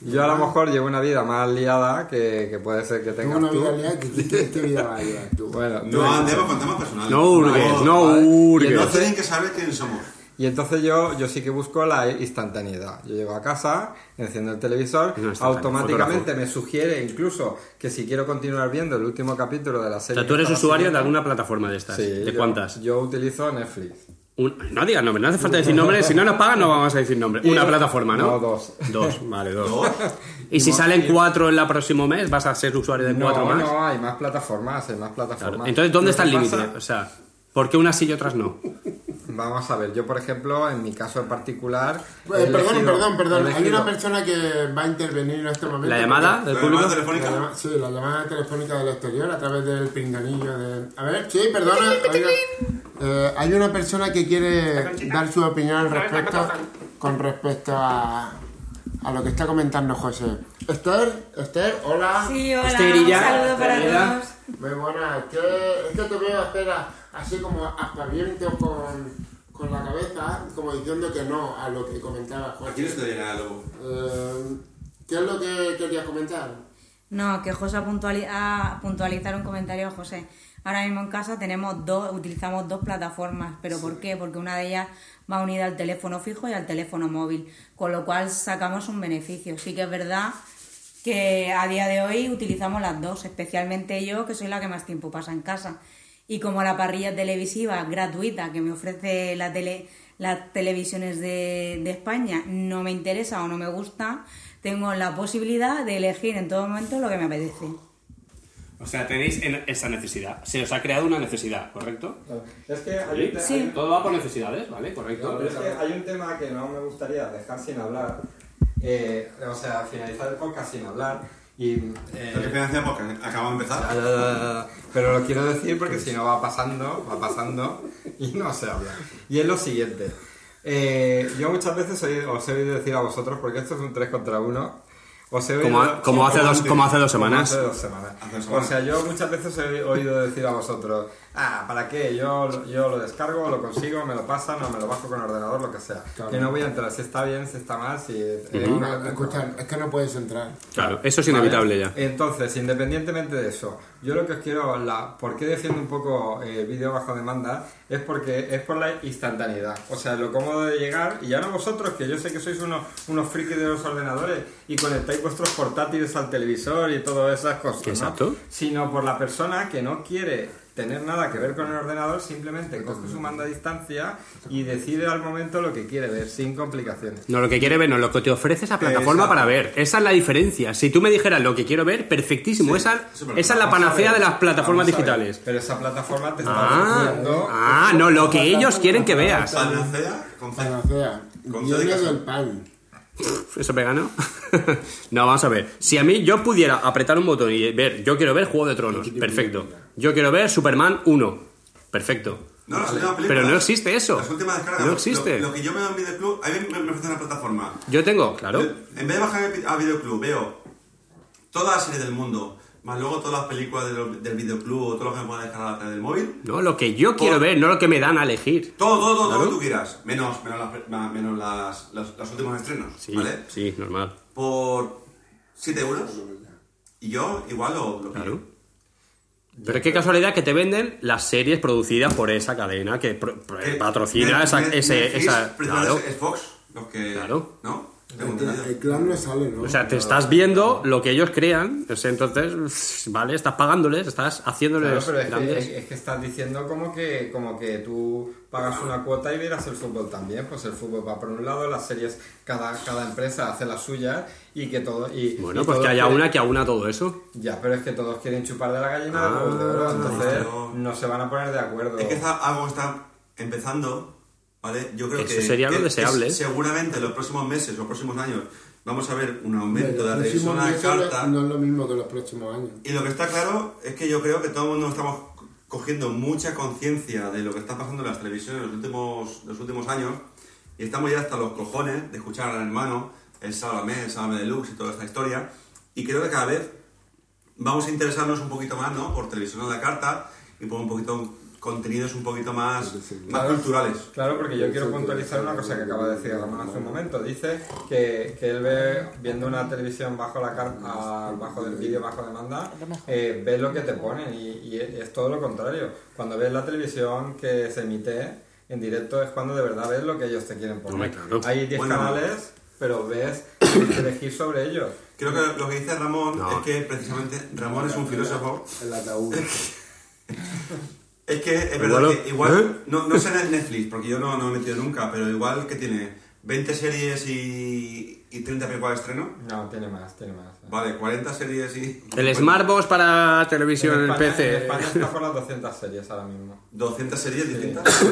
[SPEAKER 2] yo a lo mejor llevo una vida más liada que, que puede ser que
[SPEAKER 5] Tengo
[SPEAKER 2] tengas
[SPEAKER 5] una
[SPEAKER 2] tú.
[SPEAKER 5] vida liada que qué, qué vida va a llevar tú.
[SPEAKER 2] Bueno, tú-
[SPEAKER 3] No andemos con temas personales.
[SPEAKER 4] No hurgues, no
[SPEAKER 2] vale.
[SPEAKER 4] hurgues.
[SPEAKER 3] No tienen que saber quién somos.
[SPEAKER 2] Y entonces yo, yo sí que busco la instantaneidad. Yo llego a casa, enciendo el televisor,
[SPEAKER 4] No es instantáneo,
[SPEAKER 2] automáticamente me sugiere incluso que si quiero continuar viendo el último capítulo de la
[SPEAKER 4] O
[SPEAKER 2] serie.
[SPEAKER 4] sea, tú
[SPEAKER 2] que
[SPEAKER 4] eres
[SPEAKER 2] estaba
[SPEAKER 4] usuario de
[SPEAKER 2] siguiendo-
[SPEAKER 4] alguna plataforma de estas.
[SPEAKER 2] Sí,
[SPEAKER 4] ¿De
[SPEAKER 2] yo-
[SPEAKER 4] cuántas?
[SPEAKER 2] Yo utilizo Netflix.
[SPEAKER 4] Un- no digas nombres, no hace falta decir nombres. Si no nos pagan, no vamos a decir nombres. Una
[SPEAKER 2] Eh,
[SPEAKER 4] plataforma, ¿no?
[SPEAKER 2] no, dos.
[SPEAKER 4] Dos, vale, dos.
[SPEAKER 3] Dos.
[SPEAKER 4] Y si salen cuatro en el próximo mes, vas a ser usuario de cuatro
[SPEAKER 2] no,
[SPEAKER 4] más.
[SPEAKER 2] no, hay más plataformas, hay más plataformas.
[SPEAKER 4] Claro. Entonces, ¿dónde
[SPEAKER 2] Lo
[SPEAKER 4] está el
[SPEAKER 2] que
[SPEAKER 4] límite?
[SPEAKER 2] pasa-
[SPEAKER 4] O sea, ¿por qué unas sí y otras no?
[SPEAKER 2] Vamos a ver, yo por ejemplo, en mi caso en particular...
[SPEAKER 5] Eh,
[SPEAKER 2] he
[SPEAKER 5] perdón,
[SPEAKER 2] elegido-
[SPEAKER 5] perdón, perdón.
[SPEAKER 2] he
[SPEAKER 5] Hay una
[SPEAKER 2] elegido-
[SPEAKER 5] persona que va a intervenir en este momento.
[SPEAKER 4] ¿La llamada del
[SPEAKER 3] ¿La llamada
[SPEAKER 4] público?
[SPEAKER 5] La
[SPEAKER 3] telefónica?
[SPEAKER 5] llama- sí, la llamada telefónica del exterior a través del pinganillo de... A ver, sí, perdona. oiga. Eh, hay una persona que quiere dar su opinión al respecto con respecto a, a lo que está comentando José. Esther, Esther, hola.
[SPEAKER 6] Sí, hola,
[SPEAKER 4] Esterilla,
[SPEAKER 6] un saludo para
[SPEAKER 4] Esterilla.
[SPEAKER 6] todos.
[SPEAKER 5] Muy buena, es que, es que te veo hacer a- así como aspaviento con, con la cabeza, como diciendo que no a lo que comentaba
[SPEAKER 3] ¿A
[SPEAKER 5] Juan.
[SPEAKER 3] quién estoy en algo?
[SPEAKER 5] Eh, ¿Qué es lo que querías comentar?
[SPEAKER 6] No, que José ha puntuali- a puntualizar un comentario, José. Ahora mismo en casa tenemos dos, utilizamos dos plataformas, pero ¿por qué? Porque una de ellas va unida al teléfono fijo y al teléfono móvil, con lo cual sacamos un beneficio. Sí que es verdad que a día de hoy utilizamos las dos, especialmente yo, que soy la que más tiempo pasa en casa. Y como la parrilla televisiva gratuita que me ofrece la tele, las televisiones de, de España no me interesa o no me gusta, tengo la posibilidad de elegir en todo momento lo que me apetece.
[SPEAKER 4] O sea, tenéis esa necesidad. Se os ha creado una necesidad, ¿correcto?
[SPEAKER 2] Es que hay un te-
[SPEAKER 6] Sí.
[SPEAKER 4] Todo va por necesidades, ¿vale? Correcto.
[SPEAKER 2] No, pero es que hay un tema que no me gustaría dejar sin hablar, eh, o sea, finalizar el podcast sin hablar. Y, eh,
[SPEAKER 3] Lo que financiamos, que acabamos de empezar.
[SPEAKER 2] ya, ya, ya, ya. Pero lo quiero decir porque si no va pasando, va pasando y no se habla. Y es lo siguiente. Eh, yo muchas veces soy- os he oído decir a vosotros, porque esto es un 3 contra 1, os he oído-
[SPEAKER 4] Como ha- como hace dos- como hace dos semanas.
[SPEAKER 2] Como hace dos semanas.
[SPEAKER 3] Hace dos semanas.
[SPEAKER 2] O sea, yo muchas veces he oído decir a vosotros, ah, ¿para qué? Yo, yo lo descargo, lo consigo, me lo pasan o me lo bajo con ordenador, lo que sea.
[SPEAKER 5] Claro.
[SPEAKER 2] Que no voy a entrar si está bien, si está mal, si... eh,
[SPEAKER 5] No, escucha, es que no puedes entrar.
[SPEAKER 4] Claro, eso es inevitable ya.
[SPEAKER 2] ¿Vale? Eh, Entonces, independientemente de eso, yo lo que os quiero hablar, por qué defiendo un poco eh, vídeo bajo demanda, es porque es por la instantaneidad. O sea, lo cómodo de llegar, y ya no vosotros, que yo sé que sois unos, unos frikis de los ordenadores y conectáis vuestros portátiles al televisor y todas esas cosas. ¿no?
[SPEAKER 4] Exacto.
[SPEAKER 2] Sino por la persona que no quiere tener nada que ver con el ordenador, simplemente coge su mando a distancia y decide al momento lo que quiere ver, sin complicaciones.
[SPEAKER 4] No, lo que quiere ver, no, lo que te ofrece esa plataforma
[SPEAKER 3] Exacto.
[SPEAKER 4] para ver. Esa es la diferencia. Si tú me dijeras lo que quiero ver, perfectísimo. esa
[SPEAKER 3] eso me lo
[SPEAKER 4] esa es la
[SPEAKER 2] Vamos a
[SPEAKER 4] panacea
[SPEAKER 2] ver,
[SPEAKER 4] de las plataformas
[SPEAKER 2] vamos a ver,
[SPEAKER 4] digitales.
[SPEAKER 2] Pero esa plataforma te está
[SPEAKER 4] Ah,
[SPEAKER 2] ofreciendo-
[SPEAKER 4] ah, no, lo que ellos quieren que veas.
[SPEAKER 3] Panacea con C.
[SPEAKER 5] Panacea.
[SPEAKER 3] Con
[SPEAKER 5] Yo
[SPEAKER 3] dedicación.
[SPEAKER 5] del pan.
[SPEAKER 4] ¿Eso es vegano? no, vamos a ver. Si a mí yo pudiera apretar un botón y ver, yo quiero ver Juego de Tronos, perfecto. Yo quiero ver Superman 1, perfecto.
[SPEAKER 3] No, las últimas películas.
[SPEAKER 4] Pero no existe eso.
[SPEAKER 3] Las últimas descargas.
[SPEAKER 4] No
[SPEAKER 3] Lo-
[SPEAKER 4] existe.
[SPEAKER 3] Lo, que yo veo en Videoclub, a mí me, me ofrece una plataforma.
[SPEAKER 4] Yo tengo, claro.
[SPEAKER 3] En vez de bajar a Videoclub, veo toda la serie del mundo, más luego todas las películas de lo- del Videoclub o todo lo que me pueda descargar a través del móvil.
[SPEAKER 4] No, lo que yo
[SPEAKER 3] Oh.
[SPEAKER 4] quiero ver, no lo que me dan a elegir.
[SPEAKER 3] Todo, todo, todo, lo que tú quieras. Menos, menos, las, pe- ma- menos las, las, los últimos estrenos,
[SPEAKER 4] Sí,
[SPEAKER 3] ¿vale?
[SPEAKER 4] sí, normal.
[SPEAKER 3] Por 7 euros. Y yo igual lo, lo
[SPEAKER 4] Claro.
[SPEAKER 3] pillo.
[SPEAKER 4] Pero qué casualidad que te venden las series producidas por esa cadena que pro- pro-
[SPEAKER 3] Eh,
[SPEAKER 4] patrocina
[SPEAKER 3] Net-
[SPEAKER 4] esa,
[SPEAKER 3] Net-
[SPEAKER 4] ese-
[SPEAKER 3] Netflix,
[SPEAKER 4] esa-
[SPEAKER 3] precisamente,
[SPEAKER 4] claro.
[SPEAKER 3] Es Fox los que...
[SPEAKER 4] Claro.
[SPEAKER 3] ¿No? Tengo
[SPEAKER 5] El,
[SPEAKER 3] entendido.
[SPEAKER 5] clan- el clan no sale, ¿no?
[SPEAKER 4] O sea, te estás viendo lo que ellos crean, o sea, entonces, vale, estás pagándoles, estás
[SPEAKER 2] Claro,
[SPEAKER 4] haciéndoles
[SPEAKER 2] pero es que,
[SPEAKER 4] grandes.
[SPEAKER 2] es- es que estás diciendo como que, como que tú pagas una cuota y verás el fútbol también. Pues el fútbol va por un lado, las series, cada, cada empresa hace las suyas y que todo. Y,
[SPEAKER 4] Bueno,
[SPEAKER 2] y
[SPEAKER 4] pues
[SPEAKER 2] todos
[SPEAKER 4] que haya
[SPEAKER 2] quieren-
[SPEAKER 4] una que aúna todo eso.
[SPEAKER 2] Ya, pero es que todos quieren chupar de la gallina
[SPEAKER 4] Ah,
[SPEAKER 2] del huevo de oro, entonces no. se van a poner de acuerdo.
[SPEAKER 3] Es que está, algo está empezando, ¿vale? Yo creo
[SPEAKER 4] Eso
[SPEAKER 3] que...
[SPEAKER 4] sería lo
[SPEAKER 3] que
[SPEAKER 4] deseable.
[SPEAKER 3] es- seguramente en los próximos meses, los próximos años, vamos a ver un aumento
[SPEAKER 5] Pero
[SPEAKER 3] de la
[SPEAKER 5] los
[SPEAKER 3] revisión
[SPEAKER 5] próximos
[SPEAKER 3] a la
[SPEAKER 5] meses no-
[SPEAKER 3] carta.
[SPEAKER 5] No es lo mismo que los próximos años.
[SPEAKER 3] Y lo que está claro es que yo creo que todo el mundo estamos co- cogiendo mucha conciencia de lo que está pasando en las televisiones en los últimos, los últimos años y estamos ya hasta los cojones de escuchar al hermano, el Sálvame, el Sálvame Deluxe y toda esta historia. Y creo que cada vez vamos a interesarnos un poquito más, ¿no? Por televisión a la carta y por un poquito contenidos un poquito más, más culturales.
[SPEAKER 2] Claro, porque yo quiero puntualizar una cosa que acaba de decir Ramón hace un momento. Dice que, que él ve, viendo una televisión bajo la car- a- bajo del vídeo, bajo demanda, eh, ve lo que te ponen y, y es todo lo contrario. Cuando ves la televisión que se emite en directo es cuando de verdad ves lo que ellos te quieren poner.
[SPEAKER 4] Hombre, claro.
[SPEAKER 2] Hay 10
[SPEAKER 3] Bueno.
[SPEAKER 2] canales, pero ves, tienes que elegir sobre ellos.
[SPEAKER 3] Creo que lo que dice Ramón
[SPEAKER 4] No.
[SPEAKER 3] es que precisamente Ramón es un filósofo
[SPEAKER 5] El ataúd.
[SPEAKER 3] Es que es
[SPEAKER 4] Igual
[SPEAKER 3] verdad
[SPEAKER 4] lo-
[SPEAKER 3] que igual,
[SPEAKER 4] ¿Eh?
[SPEAKER 3] no, no sé en Netflix, porque yo no, no he metido nunca, pero igual que tiene 20 series y, y 30 películas de estreno,
[SPEAKER 2] No, tiene más, tiene más.
[SPEAKER 3] vale, 40 series y...
[SPEAKER 4] El Smartbox para
[SPEAKER 2] pues En
[SPEAKER 4] televisión, el
[SPEAKER 2] España- En
[SPEAKER 4] PC.
[SPEAKER 2] España está por las 200 series ahora mismo.
[SPEAKER 3] 200 series distintas.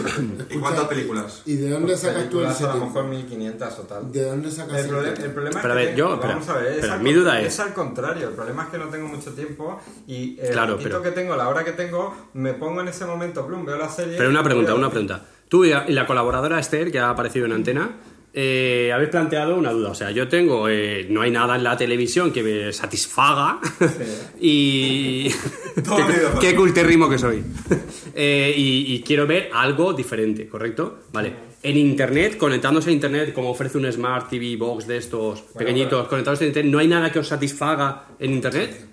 [SPEAKER 3] ¿Y cuántas películas?
[SPEAKER 5] ¿Y de dónde sacas tú el
[SPEAKER 2] Películas, a lo
[SPEAKER 5] 70?
[SPEAKER 2] mejor 1500 o tal.
[SPEAKER 5] ¿De dónde sacas
[SPEAKER 2] El,
[SPEAKER 5] el
[SPEAKER 2] proble- el
[SPEAKER 5] tema?
[SPEAKER 2] problema
[SPEAKER 4] Pero a
[SPEAKER 2] es que
[SPEAKER 4] ver, yo-
[SPEAKER 2] tengo- vamos
[SPEAKER 4] espera,
[SPEAKER 2] a ver, es
[SPEAKER 4] espera,
[SPEAKER 2] al
[SPEAKER 4] mi
[SPEAKER 2] contra-
[SPEAKER 4] duda es-
[SPEAKER 2] al contrario, el problema es que no tengo mucho tiempo y el
[SPEAKER 4] Claro,
[SPEAKER 2] ratito
[SPEAKER 4] pero-
[SPEAKER 2] que tengo, la hora que tengo, me pongo en ese momento, plum, veo la serie.
[SPEAKER 4] Pero una
[SPEAKER 2] y
[SPEAKER 4] pregunta,
[SPEAKER 2] veo-
[SPEAKER 4] una pregunta. Tú y la y la colaboradora Esther, que ha aparecido en antena, eh, habéis planteado una duda. O sea, yo tengo, eh, no hay nada en la televisión que me satisfaga y...
[SPEAKER 3] Todo miedo.
[SPEAKER 4] qué, qué culterrimo que soy. Eh, y, y quiero ver algo diferente, ¿correcto? Vale. En Internet, conectándose a Internet, como ofrece un Smart TV Box de estos pequeñitos, conectados a Internet, ¿no hay nada que os satisfaga en Internet?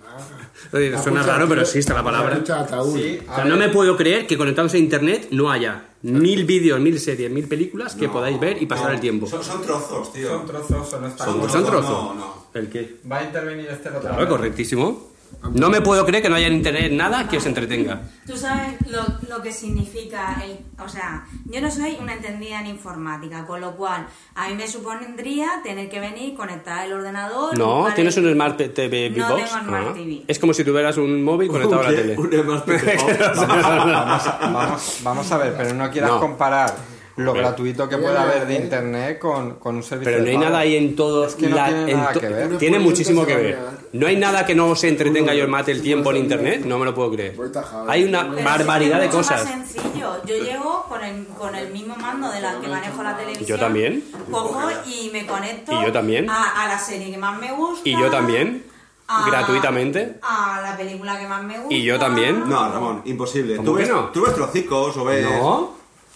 [SPEAKER 4] Oye, Suena
[SPEAKER 5] Ah, Escucha,
[SPEAKER 4] raro, pero
[SPEAKER 5] tío,
[SPEAKER 4] existe la palabra.
[SPEAKER 5] Escucha, ataúd.
[SPEAKER 2] Sí,
[SPEAKER 4] O
[SPEAKER 2] a
[SPEAKER 4] sea,
[SPEAKER 2] ver,
[SPEAKER 4] no me puedo creer que conectándose a internet no haya mil vídeos, mil series, mil películas que
[SPEAKER 3] No,
[SPEAKER 4] podáis ver y pasar
[SPEAKER 3] no.
[SPEAKER 4] el tiempo.
[SPEAKER 3] Son, son trozos, tío.
[SPEAKER 2] Son trozos o no están.
[SPEAKER 3] Son
[SPEAKER 4] Pues son
[SPEAKER 3] no,
[SPEAKER 4] trozos.
[SPEAKER 3] no, no.
[SPEAKER 4] ¿El qué?
[SPEAKER 2] Va a intervenir este otro.
[SPEAKER 4] Claro, correctísimo. No me puedo creer que no haya en internet nada que os entretenga.
[SPEAKER 6] Tú sabes lo, lo que significa el... O sea, yo no soy una entendida en informática, con lo cual a mí me supondría tener que venir, conectar el ordenador...
[SPEAKER 4] No,
[SPEAKER 6] buscar
[SPEAKER 4] tienes
[SPEAKER 6] el-
[SPEAKER 4] un Smart TV Big
[SPEAKER 6] No
[SPEAKER 4] Box.
[SPEAKER 6] tengo Smart
[SPEAKER 4] Ah.
[SPEAKER 6] TV.
[SPEAKER 4] Es como si tuvieras un móvil conectado a la
[SPEAKER 3] ¿Qué?
[SPEAKER 4] tele.
[SPEAKER 3] Un Smart TV.
[SPEAKER 2] Vamos, a- vamos, vamos a ver, pero no quieras
[SPEAKER 4] No.
[SPEAKER 2] comparar lo
[SPEAKER 4] Pero-
[SPEAKER 2] gratuito que puede haber
[SPEAKER 5] eh,
[SPEAKER 2] de internet con, con un servicio
[SPEAKER 4] Pero no
[SPEAKER 2] de
[SPEAKER 4] hay
[SPEAKER 2] pago.
[SPEAKER 4] nada ahí en todo.
[SPEAKER 2] Es que no
[SPEAKER 4] la-
[SPEAKER 2] tiene
[SPEAKER 4] en
[SPEAKER 2] nada
[SPEAKER 4] to-
[SPEAKER 2] que ver.
[SPEAKER 4] Tiene
[SPEAKER 5] Unos
[SPEAKER 4] muchísimo que
[SPEAKER 5] ponientes
[SPEAKER 4] ver.
[SPEAKER 5] se van a
[SPEAKER 4] No hay nada que no se entretenga y os mate el tiempo en
[SPEAKER 5] Unos-
[SPEAKER 4] internet. No me lo puedo creer.
[SPEAKER 5] Voy tajado.
[SPEAKER 4] Hay una
[SPEAKER 6] Pero
[SPEAKER 4] barbaridad de
[SPEAKER 6] es que es
[SPEAKER 4] cosas.
[SPEAKER 6] mucho más sencillo. Yo llego con el, con el mismo mando de la que manejo la televisión.
[SPEAKER 4] Yo también.
[SPEAKER 6] Cojo y me conecto.
[SPEAKER 4] Y yo también.
[SPEAKER 6] A, a la serie que más me gusta.
[SPEAKER 4] Y yo también.
[SPEAKER 6] a-
[SPEAKER 4] Gratuitamente.
[SPEAKER 6] A la película que más me gusta.
[SPEAKER 4] Y yo también.
[SPEAKER 3] No, Ramón, imposible.
[SPEAKER 4] ¿Cómo
[SPEAKER 3] ¿Tú
[SPEAKER 4] que
[SPEAKER 3] ves,
[SPEAKER 4] no?
[SPEAKER 3] tú ves trocicos o ves.
[SPEAKER 4] No.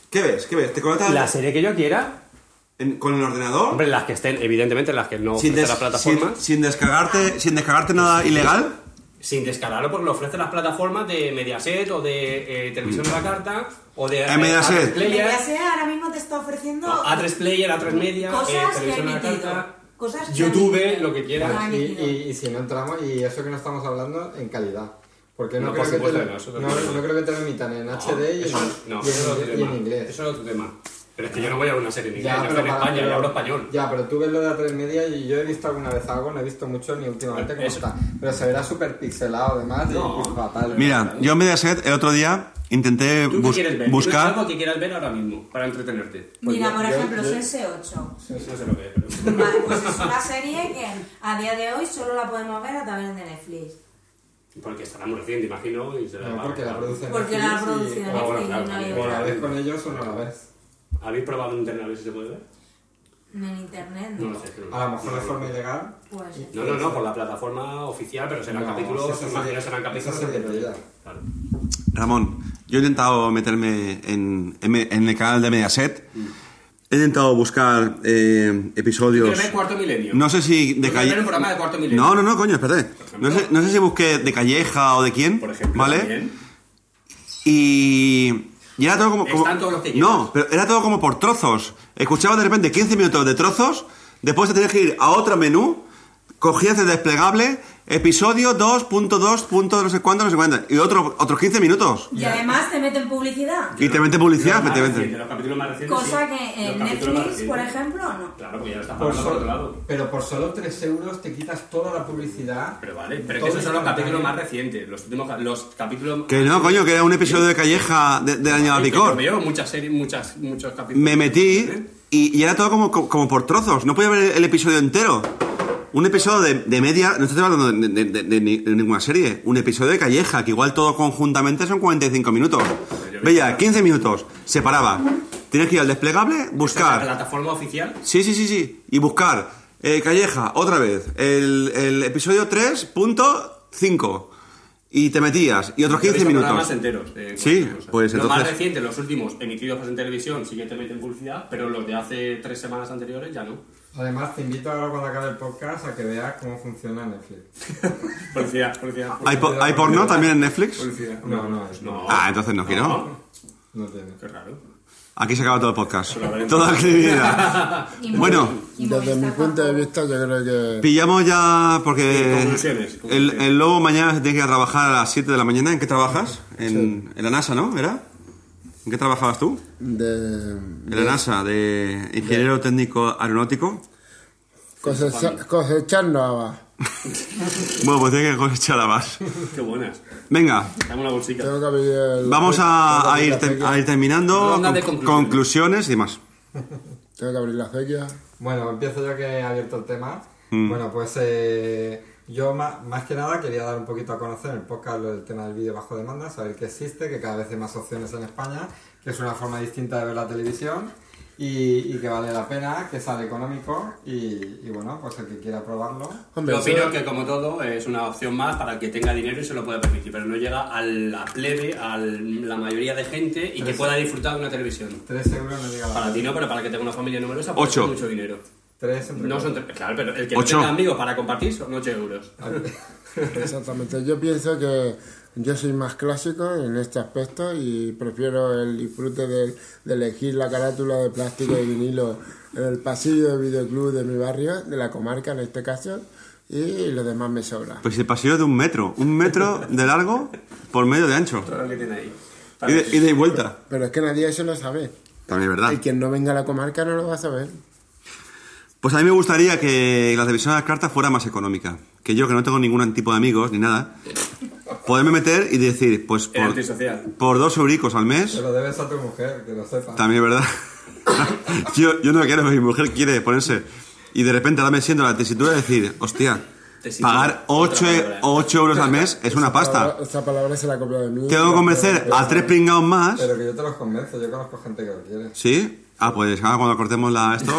[SPEAKER 3] ¿Qué ves? ¿Qué ves? ¿Te conectas
[SPEAKER 4] La serie que yo quiera.
[SPEAKER 3] en- con el ordenador?
[SPEAKER 4] Hombre, las que estén, evidentemente, las que no
[SPEAKER 3] sin,
[SPEAKER 4] ofrece
[SPEAKER 3] des-
[SPEAKER 4] la plataforma.
[SPEAKER 3] sin- sin descargarte, sin descargarte nada ilegal.
[SPEAKER 4] Sin descargarlo porque lo ofrecen las plataformas de Mediaset o de eh, Televisión a la Carta o de
[SPEAKER 3] Ah, Mediaset.
[SPEAKER 4] A3 Player,
[SPEAKER 6] Mediaset ahora mismo te está ofreciendo
[SPEAKER 4] A3 Player, A3 Media, eh,
[SPEAKER 6] cosas que ha
[SPEAKER 4] Televisión a la
[SPEAKER 6] emitido.
[SPEAKER 4] Carta,
[SPEAKER 6] Cosas que ha
[SPEAKER 4] YouTube,
[SPEAKER 6] emitido.
[SPEAKER 4] lo que quieras.
[SPEAKER 6] Ah,
[SPEAKER 2] Y, y- y si no entramos, y eso que no estamos hablando, en calidad. Porque no,
[SPEAKER 4] No,
[SPEAKER 2] creo,
[SPEAKER 4] por
[SPEAKER 2] que te
[SPEAKER 4] supuesto
[SPEAKER 2] lo,
[SPEAKER 4] que no, eso te lo
[SPEAKER 2] no-
[SPEAKER 4] digo.
[SPEAKER 2] no creo que te lo emitan en HD y, en-
[SPEAKER 4] Eso, no,
[SPEAKER 2] y
[SPEAKER 4] eso es otro
[SPEAKER 2] en, y en
[SPEAKER 4] tema.
[SPEAKER 2] inglés.
[SPEAKER 4] Eso es otro tema. Pero es que yo no voy a ver una serie en inglés, yo estoy
[SPEAKER 2] pero
[SPEAKER 4] en
[SPEAKER 2] para-
[SPEAKER 4] España,
[SPEAKER 2] pero-
[SPEAKER 4] yo hablo español.
[SPEAKER 2] Ya, pero tú ves lo de A3 Media y yo he visto alguna vez algo, no he visto mucho ni últimamente cómo
[SPEAKER 4] Eso.
[SPEAKER 2] está. Pero se verá súper pixelado además y-
[SPEAKER 4] No.
[SPEAKER 2] y fatal.
[SPEAKER 3] Mira, yo en Mediaset el otro día intenté
[SPEAKER 4] ¿Tú
[SPEAKER 3] bus-
[SPEAKER 4] qué quieres ver?
[SPEAKER 3] buscar.
[SPEAKER 4] ¿Tú algo que quieras ver ahora mismo para entretenerte?
[SPEAKER 6] Mira, por
[SPEAKER 2] yo-
[SPEAKER 6] ejemplo,
[SPEAKER 2] yo-
[SPEAKER 6] CS8.
[SPEAKER 4] No sé lo que es, pero...
[SPEAKER 6] Vale, pues es una serie que a día de hoy solo la podemos ver a través de Netflix.
[SPEAKER 4] Porque estará muy reciente, imagino, y se la
[SPEAKER 2] No, porque la producen.
[SPEAKER 6] Porque la
[SPEAKER 2] Netflix
[SPEAKER 6] producción
[SPEAKER 2] y-
[SPEAKER 6] de
[SPEAKER 4] Ah, bueno,
[SPEAKER 6] Netflix
[SPEAKER 4] claro,
[SPEAKER 6] no hay
[SPEAKER 4] también.
[SPEAKER 2] o
[SPEAKER 6] otra.
[SPEAKER 2] la ves con ellos o no la ves.
[SPEAKER 4] ¿Habéis probado en internet a ver si se puede ver?
[SPEAKER 6] Ni en internet,
[SPEAKER 4] No
[SPEAKER 6] no.
[SPEAKER 4] lo sé. creo.
[SPEAKER 2] A lo mejor de forma ilegal.
[SPEAKER 6] Pues
[SPEAKER 4] No, no, no, por la plataforma oficial, pero serán
[SPEAKER 2] No,
[SPEAKER 4] capítulos,
[SPEAKER 2] eso sí-
[SPEAKER 4] imagino serán
[SPEAKER 2] eso
[SPEAKER 4] capítulos.
[SPEAKER 2] sí que
[SPEAKER 4] de-
[SPEAKER 2] lo dirá.
[SPEAKER 4] Claro.
[SPEAKER 3] Ramón, yo he intentado meterme en, en, en el canal de Mediaset. He intentado buscar eh, episodios.
[SPEAKER 4] Pero ve Cuarto Milenio.
[SPEAKER 3] No sé si de
[SPEAKER 4] Pues va a haber
[SPEAKER 3] Calle.
[SPEAKER 4] un programa de Cuarto Milenio.
[SPEAKER 3] No, no, no, coño, espérate. No sé, no sé si busqué de Calleja o de quién.
[SPEAKER 4] Por ejemplo,
[SPEAKER 3] ¿Vale?
[SPEAKER 4] también.
[SPEAKER 3] Y. Y era todo como. como-
[SPEAKER 4] Están todos los que quieras.
[SPEAKER 3] no, pero era todo como por trozos. Escuchaba de repente 15 minutos de trozos, después te tenías que ir a otro menú, cogías el desplegable, episodio 2.2. punto no sé cuánto, no sé cuánto, y otro, otros 15 minutos.
[SPEAKER 6] Y además te meten publicidad.
[SPEAKER 3] Y te mete publicidad,
[SPEAKER 4] Los más
[SPEAKER 3] efectivamente.
[SPEAKER 4] recientes, Los capítulos más recientes.
[SPEAKER 6] Cosa
[SPEAKER 4] sí.
[SPEAKER 6] que
[SPEAKER 4] Los
[SPEAKER 6] en
[SPEAKER 4] capítulos más
[SPEAKER 6] Netflix, por
[SPEAKER 4] recientes.
[SPEAKER 6] ejemplo, no.
[SPEAKER 4] Claro, porque ya lo estás pagando
[SPEAKER 2] Por
[SPEAKER 4] por
[SPEAKER 2] solo-
[SPEAKER 4] otro lado.
[SPEAKER 2] Pero por solo 3 euros te quitas toda la publicidad.
[SPEAKER 4] Pero vale, pero
[SPEAKER 2] Todo
[SPEAKER 4] que esos son los
[SPEAKER 2] instantáneo.
[SPEAKER 4] capítulos más recientes. Los, últimos, ca- los capítulos.
[SPEAKER 3] Que no, coño, que era un episodio de Calleja de- del año
[SPEAKER 4] Ay,
[SPEAKER 3] del
[SPEAKER 4] que yo
[SPEAKER 3] picor.
[SPEAKER 4] Veo muchas series, muchas, muchos capítulos. ¿Eh?
[SPEAKER 3] Me metí y, y era todo como, como, como por trozos. No podía ver el episodio entero. Un episodio de, de media. No estoy hablando de, de- de- de ni- de ninguna serie. Un episodio de Calleja, que igual todo conjuntamente son 45 minutos. Veía, 15 minutos. Se paraba. Tienes que ir al desplegable,
[SPEAKER 4] La
[SPEAKER 3] buscar.
[SPEAKER 4] plataforma oficial.
[SPEAKER 3] Sí, sí, sí, sí. Y buscar. eh, Calleja, otra vez. El, el episodio 3.5. Y te metías. Y otros
[SPEAKER 4] Yo he
[SPEAKER 3] 15
[SPEAKER 4] visto
[SPEAKER 3] minutos.
[SPEAKER 4] programas enteros. eh, con
[SPEAKER 3] Sí,
[SPEAKER 4] esas cosas.
[SPEAKER 3] pues
[SPEAKER 4] Los más
[SPEAKER 3] entonces-
[SPEAKER 4] recientes, los últimos emitidos pues en televisión, sí que te meten publicidad, pero los de hace tres semanas anteriores ya no.
[SPEAKER 2] Además, te invito ahora cuando acabe el podcast a que veas cómo funciona Netflix.
[SPEAKER 4] Publicidad, publicidad.
[SPEAKER 3] ¿Hay, po- hay porno también en Netflix?
[SPEAKER 4] publicidad.
[SPEAKER 2] No, no, es-
[SPEAKER 4] No.
[SPEAKER 3] Ah, entonces no quiero.
[SPEAKER 2] No tiene.
[SPEAKER 4] Qué raro.
[SPEAKER 3] Aquí se acaba todo el podcast.
[SPEAKER 4] Pero habremos-
[SPEAKER 3] Toda la credibilidad.
[SPEAKER 6] Y
[SPEAKER 3] Bueno,
[SPEAKER 6] Movistar- y
[SPEAKER 5] Desde mi
[SPEAKER 6] Movistar
[SPEAKER 5] punto de
[SPEAKER 6] tampoco.
[SPEAKER 5] vista, yo creo que.
[SPEAKER 3] Pillamos ya porque
[SPEAKER 4] Sí, conclusiones, conclusiones.
[SPEAKER 3] el, el lobo mañana se tiene que ir a trabajar a las 7 de la mañana. ¿En qué trabajas? En, en la NASA, ¿no? ¿Era? ¿En qué trabajabas tú?
[SPEAKER 5] De.
[SPEAKER 3] En la NASA, de ingeniero técnico aeronáutico.
[SPEAKER 5] Cosecha, cosechando habas.
[SPEAKER 3] Bueno, pues tiene que cosechar a más.
[SPEAKER 4] Qué buenas.
[SPEAKER 3] Venga,
[SPEAKER 4] Dame una bolsica.
[SPEAKER 5] Tengo que abrir el-
[SPEAKER 3] vamos a,
[SPEAKER 5] tengo
[SPEAKER 3] a
[SPEAKER 5] que abrir
[SPEAKER 3] ir,
[SPEAKER 5] la
[SPEAKER 3] ter-
[SPEAKER 5] acequia.
[SPEAKER 3] a ir terminando.
[SPEAKER 4] Ronda de
[SPEAKER 3] con-
[SPEAKER 4] conclusiones.
[SPEAKER 3] conclusiones y demás.
[SPEAKER 5] Tengo que abrir la acequia.
[SPEAKER 2] Bueno, empiezo yo que he abierto el tema. Bueno, pues eh, yo ma- más, que nada quería dar un poquito a conocer en el podcast lo del tema del vídeo bajo demanda, saber que existe, que cada vez hay más opciones en España, que es una forma distinta de ver la televisión y, y que vale la pena, que sale económico y, y bueno, pues el que quiera probarlo.
[SPEAKER 5] Hombre,
[SPEAKER 4] Yo
[SPEAKER 5] eso-
[SPEAKER 4] opino que, como todo, es una opción más para el que tenga dinero y se lo pueda permitir, pero no llega a la plebe, a la mayoría de gente y que pueda disfrutar de una televisión.
[SPEAKER 2] 3 euros no llega a
[SPEAKER 4] Para
[SPEAKER 2] la
[SPEAKER 4] ti no, pero para el que tenga una familia numerosa, puede
[SPEAKER 3] Ocho.
[SPEAKER 4] ser mucho dinero.
[SPEAKER 2] 3 entre
[SPEAKER 4] No son tres, claro, pero el que no
[SPEAKER 3] Ocho.
[SPEAKER 4] tenga amigos para compartir son 8 euros.
[SPEAKER 5] Exactamente. Yo pienso que yo soy más clásico en este aspecto y prefiero el disfrute de, de elegir la carátula de plástico y vinilo en el pasillo del videoclub de mi barrio, de la comarca en este caso, y lo demás me sobra.
[SPEAKER 3] Pues el pasillo de un metro. Un metro de largo por medio de ancho.
[SPEAKER 4] Todo lo que tiene ahí.
[SPEAKER 3] Y de, ida y vuelta.
[SPEAKER 5] Pero es que nadie eso lo sabe.
[SPEAKER 3] También es verdad.
[SPEAKER 5] Y quien no venga a la comarca no lo va a saber.
[SPEAKER 3] Pues a mí me gustaría que la televisión a las cartas fuera más económica. Que yo, que no tengo ningún tipo de amigos ni nada, poderme meter y decir, pues
[SPEAKER 4] Era
[SPEAKER 3] por,
[SPEAKER 4] antisocial.
[SPEAKER 3] por dos euricos al mes,
[SPEAKER 2] Te lo debes a tu mujer, que lo sepa.
[SPEAKER 3] también es verdad. yo, yo no quiero, mi mujer quiere ponerse. Y de repente ahora me siento la tesitura de decir, hostia,
[SPEAKER 4] Tesitura,
[SPEAKER 3] pagar
[SPEAKER 4] otra
[SPEAKER 3] 8,
[SPEAKER 4] palabra.
[SPEAKER 3] euros al mes es una pasta.
[SPEAKER 5] Esta palabra se la copió de mí.
[SPEAKER 3] Tengo que convencer a tres pringados más.
[SPEAKER 2] Pero que yo te los convenzo, yo conozco gente que lo quiere.
[SPEAKER 3] ¿Sí? Ah, pues ahora cuando cortemos la esto,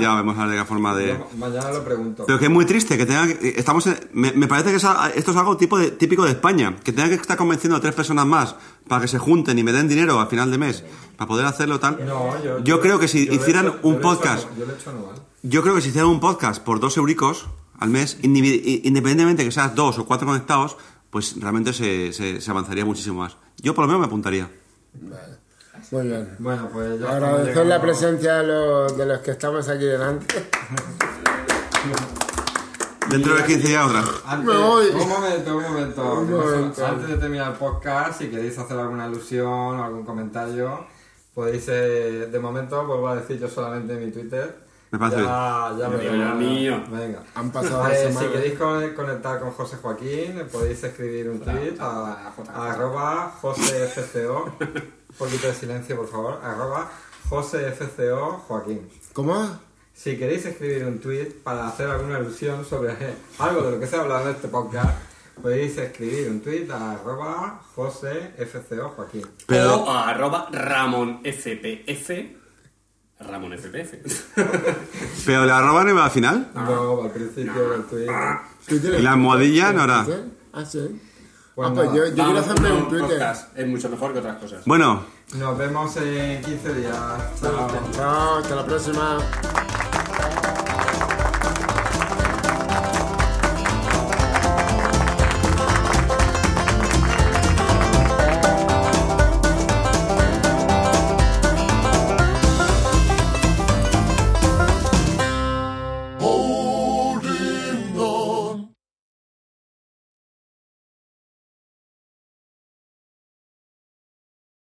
[SPEAKER 3] ya vemos a ver de qué forma de...
[SPEAKER 2] Yo mañana lo pregunto.
[SPEAKER 3] Pero que es muy triste que tenga que- estamos en- me, me parece que es a- esto es algo tipo de- típico de España, que tenga que estar convenciendo a tres personas más para que se junten y me den dinero al final de mes para poder hacerlo tal.
[SPEAKER 2] No, yo,
[SPEAKER 3] creo que si
[SPEAKER 2] yo le
[SPEAKER 3] hicieran
[SPEAKER 2] echo-
[SPEAKER 3] un
[SPEAKER 2] yo le echo
[SPEAKER 3] podcast,
[SPEAKER 2] anu- yo le echo anual.
[SPEAKER 3] yo creo que si hicieran un podcast por dos euricos al mes, indivi- i- independientemente que seas dos o cuatro conectados, pues realmente se, se- se avanzaría muchísimo más. Yo por lo menos me apuntaría.
[SPEAKER 5] Muy bien.
[SPEAKER 2] Bueno, pues ya.
[SPEAKER 5] Agradecer
[SPEAKER 2] estamos
[SPEAKER 5] la
[SPEAKER 2] llegando-
[SPEAKER 5] presencia de los, de los que estamos aquí delante.
[SPEAKER 3] Dentro de 15 días otra.
[SPEAKER 2] Antes,
[SPEAKER 5] Me voy.
[SPEAKER 2] Un momento, un momento.
[SPEAKER 5] Un
[SPEAKER 2] que no se-
[SPEAKER 5] momento.
[SPEAKER 2] Antes de terminar el podcast, si queréis hacer alguna alusión o algún comentario, podéis. eh, de momento, vuelvo a decir yo solamente mi Twitter.
[SPEAKER 3] Me parece
[SPEAKER 2] Ya, ya
[SPEAKER 4] Digo yo el mío.
[SPEAKER 2] Venga.
[SPEAKER 5] Han pasado
[SPEAKER 2] Eh, si
[SPEAKER 5] semanas.
[SPEAKER 2] queréis con- conectar con José Joaquín, eh, podéis escribir un tweet a, a arroba josefco. Un poquito de silencio, por favor. Arroba josefco Joaquín.
[SPEAKER 5] ¿Cómo?
[SPEAKER 2] Si queréis escribir un tweet para hacer alguna alusión sobre algo de lo que se ha hablado en este podcast, podéis escribir un tweet a arroba josefco Joaquín.
[SPEAKER 3] Pero-
[SPEAKER 4] O a arroba Ramón FPF. Ramón FPF.
[SPEAKER 3] Pero la arroba no iba al final.
[SPEAKER 2] No, al principio del tweet.
[SPEAKER 5] ¿Tú tienes
[SPEAKER 3] Y la almohadilla no hará.
[SPEAKER 5] Twitter? Ah, sí.
[SPEAKER 2] Pues
[SPEAKER 5] ah, pues
[SPEAKER 2] nada.
[SPEAKER 5] yo, yo quiero
[SPEAKER 4] Vamos,
[SPEAKER 5] hacerme
[SPEAKER 4] no,
[SPEAKER 5] un Twitter.
[SPEAKER 4] podcast. Es mucho mejor que otras cosas.
[SPEAKER 3] Bueno,
[SPEAKER 2] Nos vemos en 15 días. Chao.
[SPEAKER 5] Chao, hasta la próxima.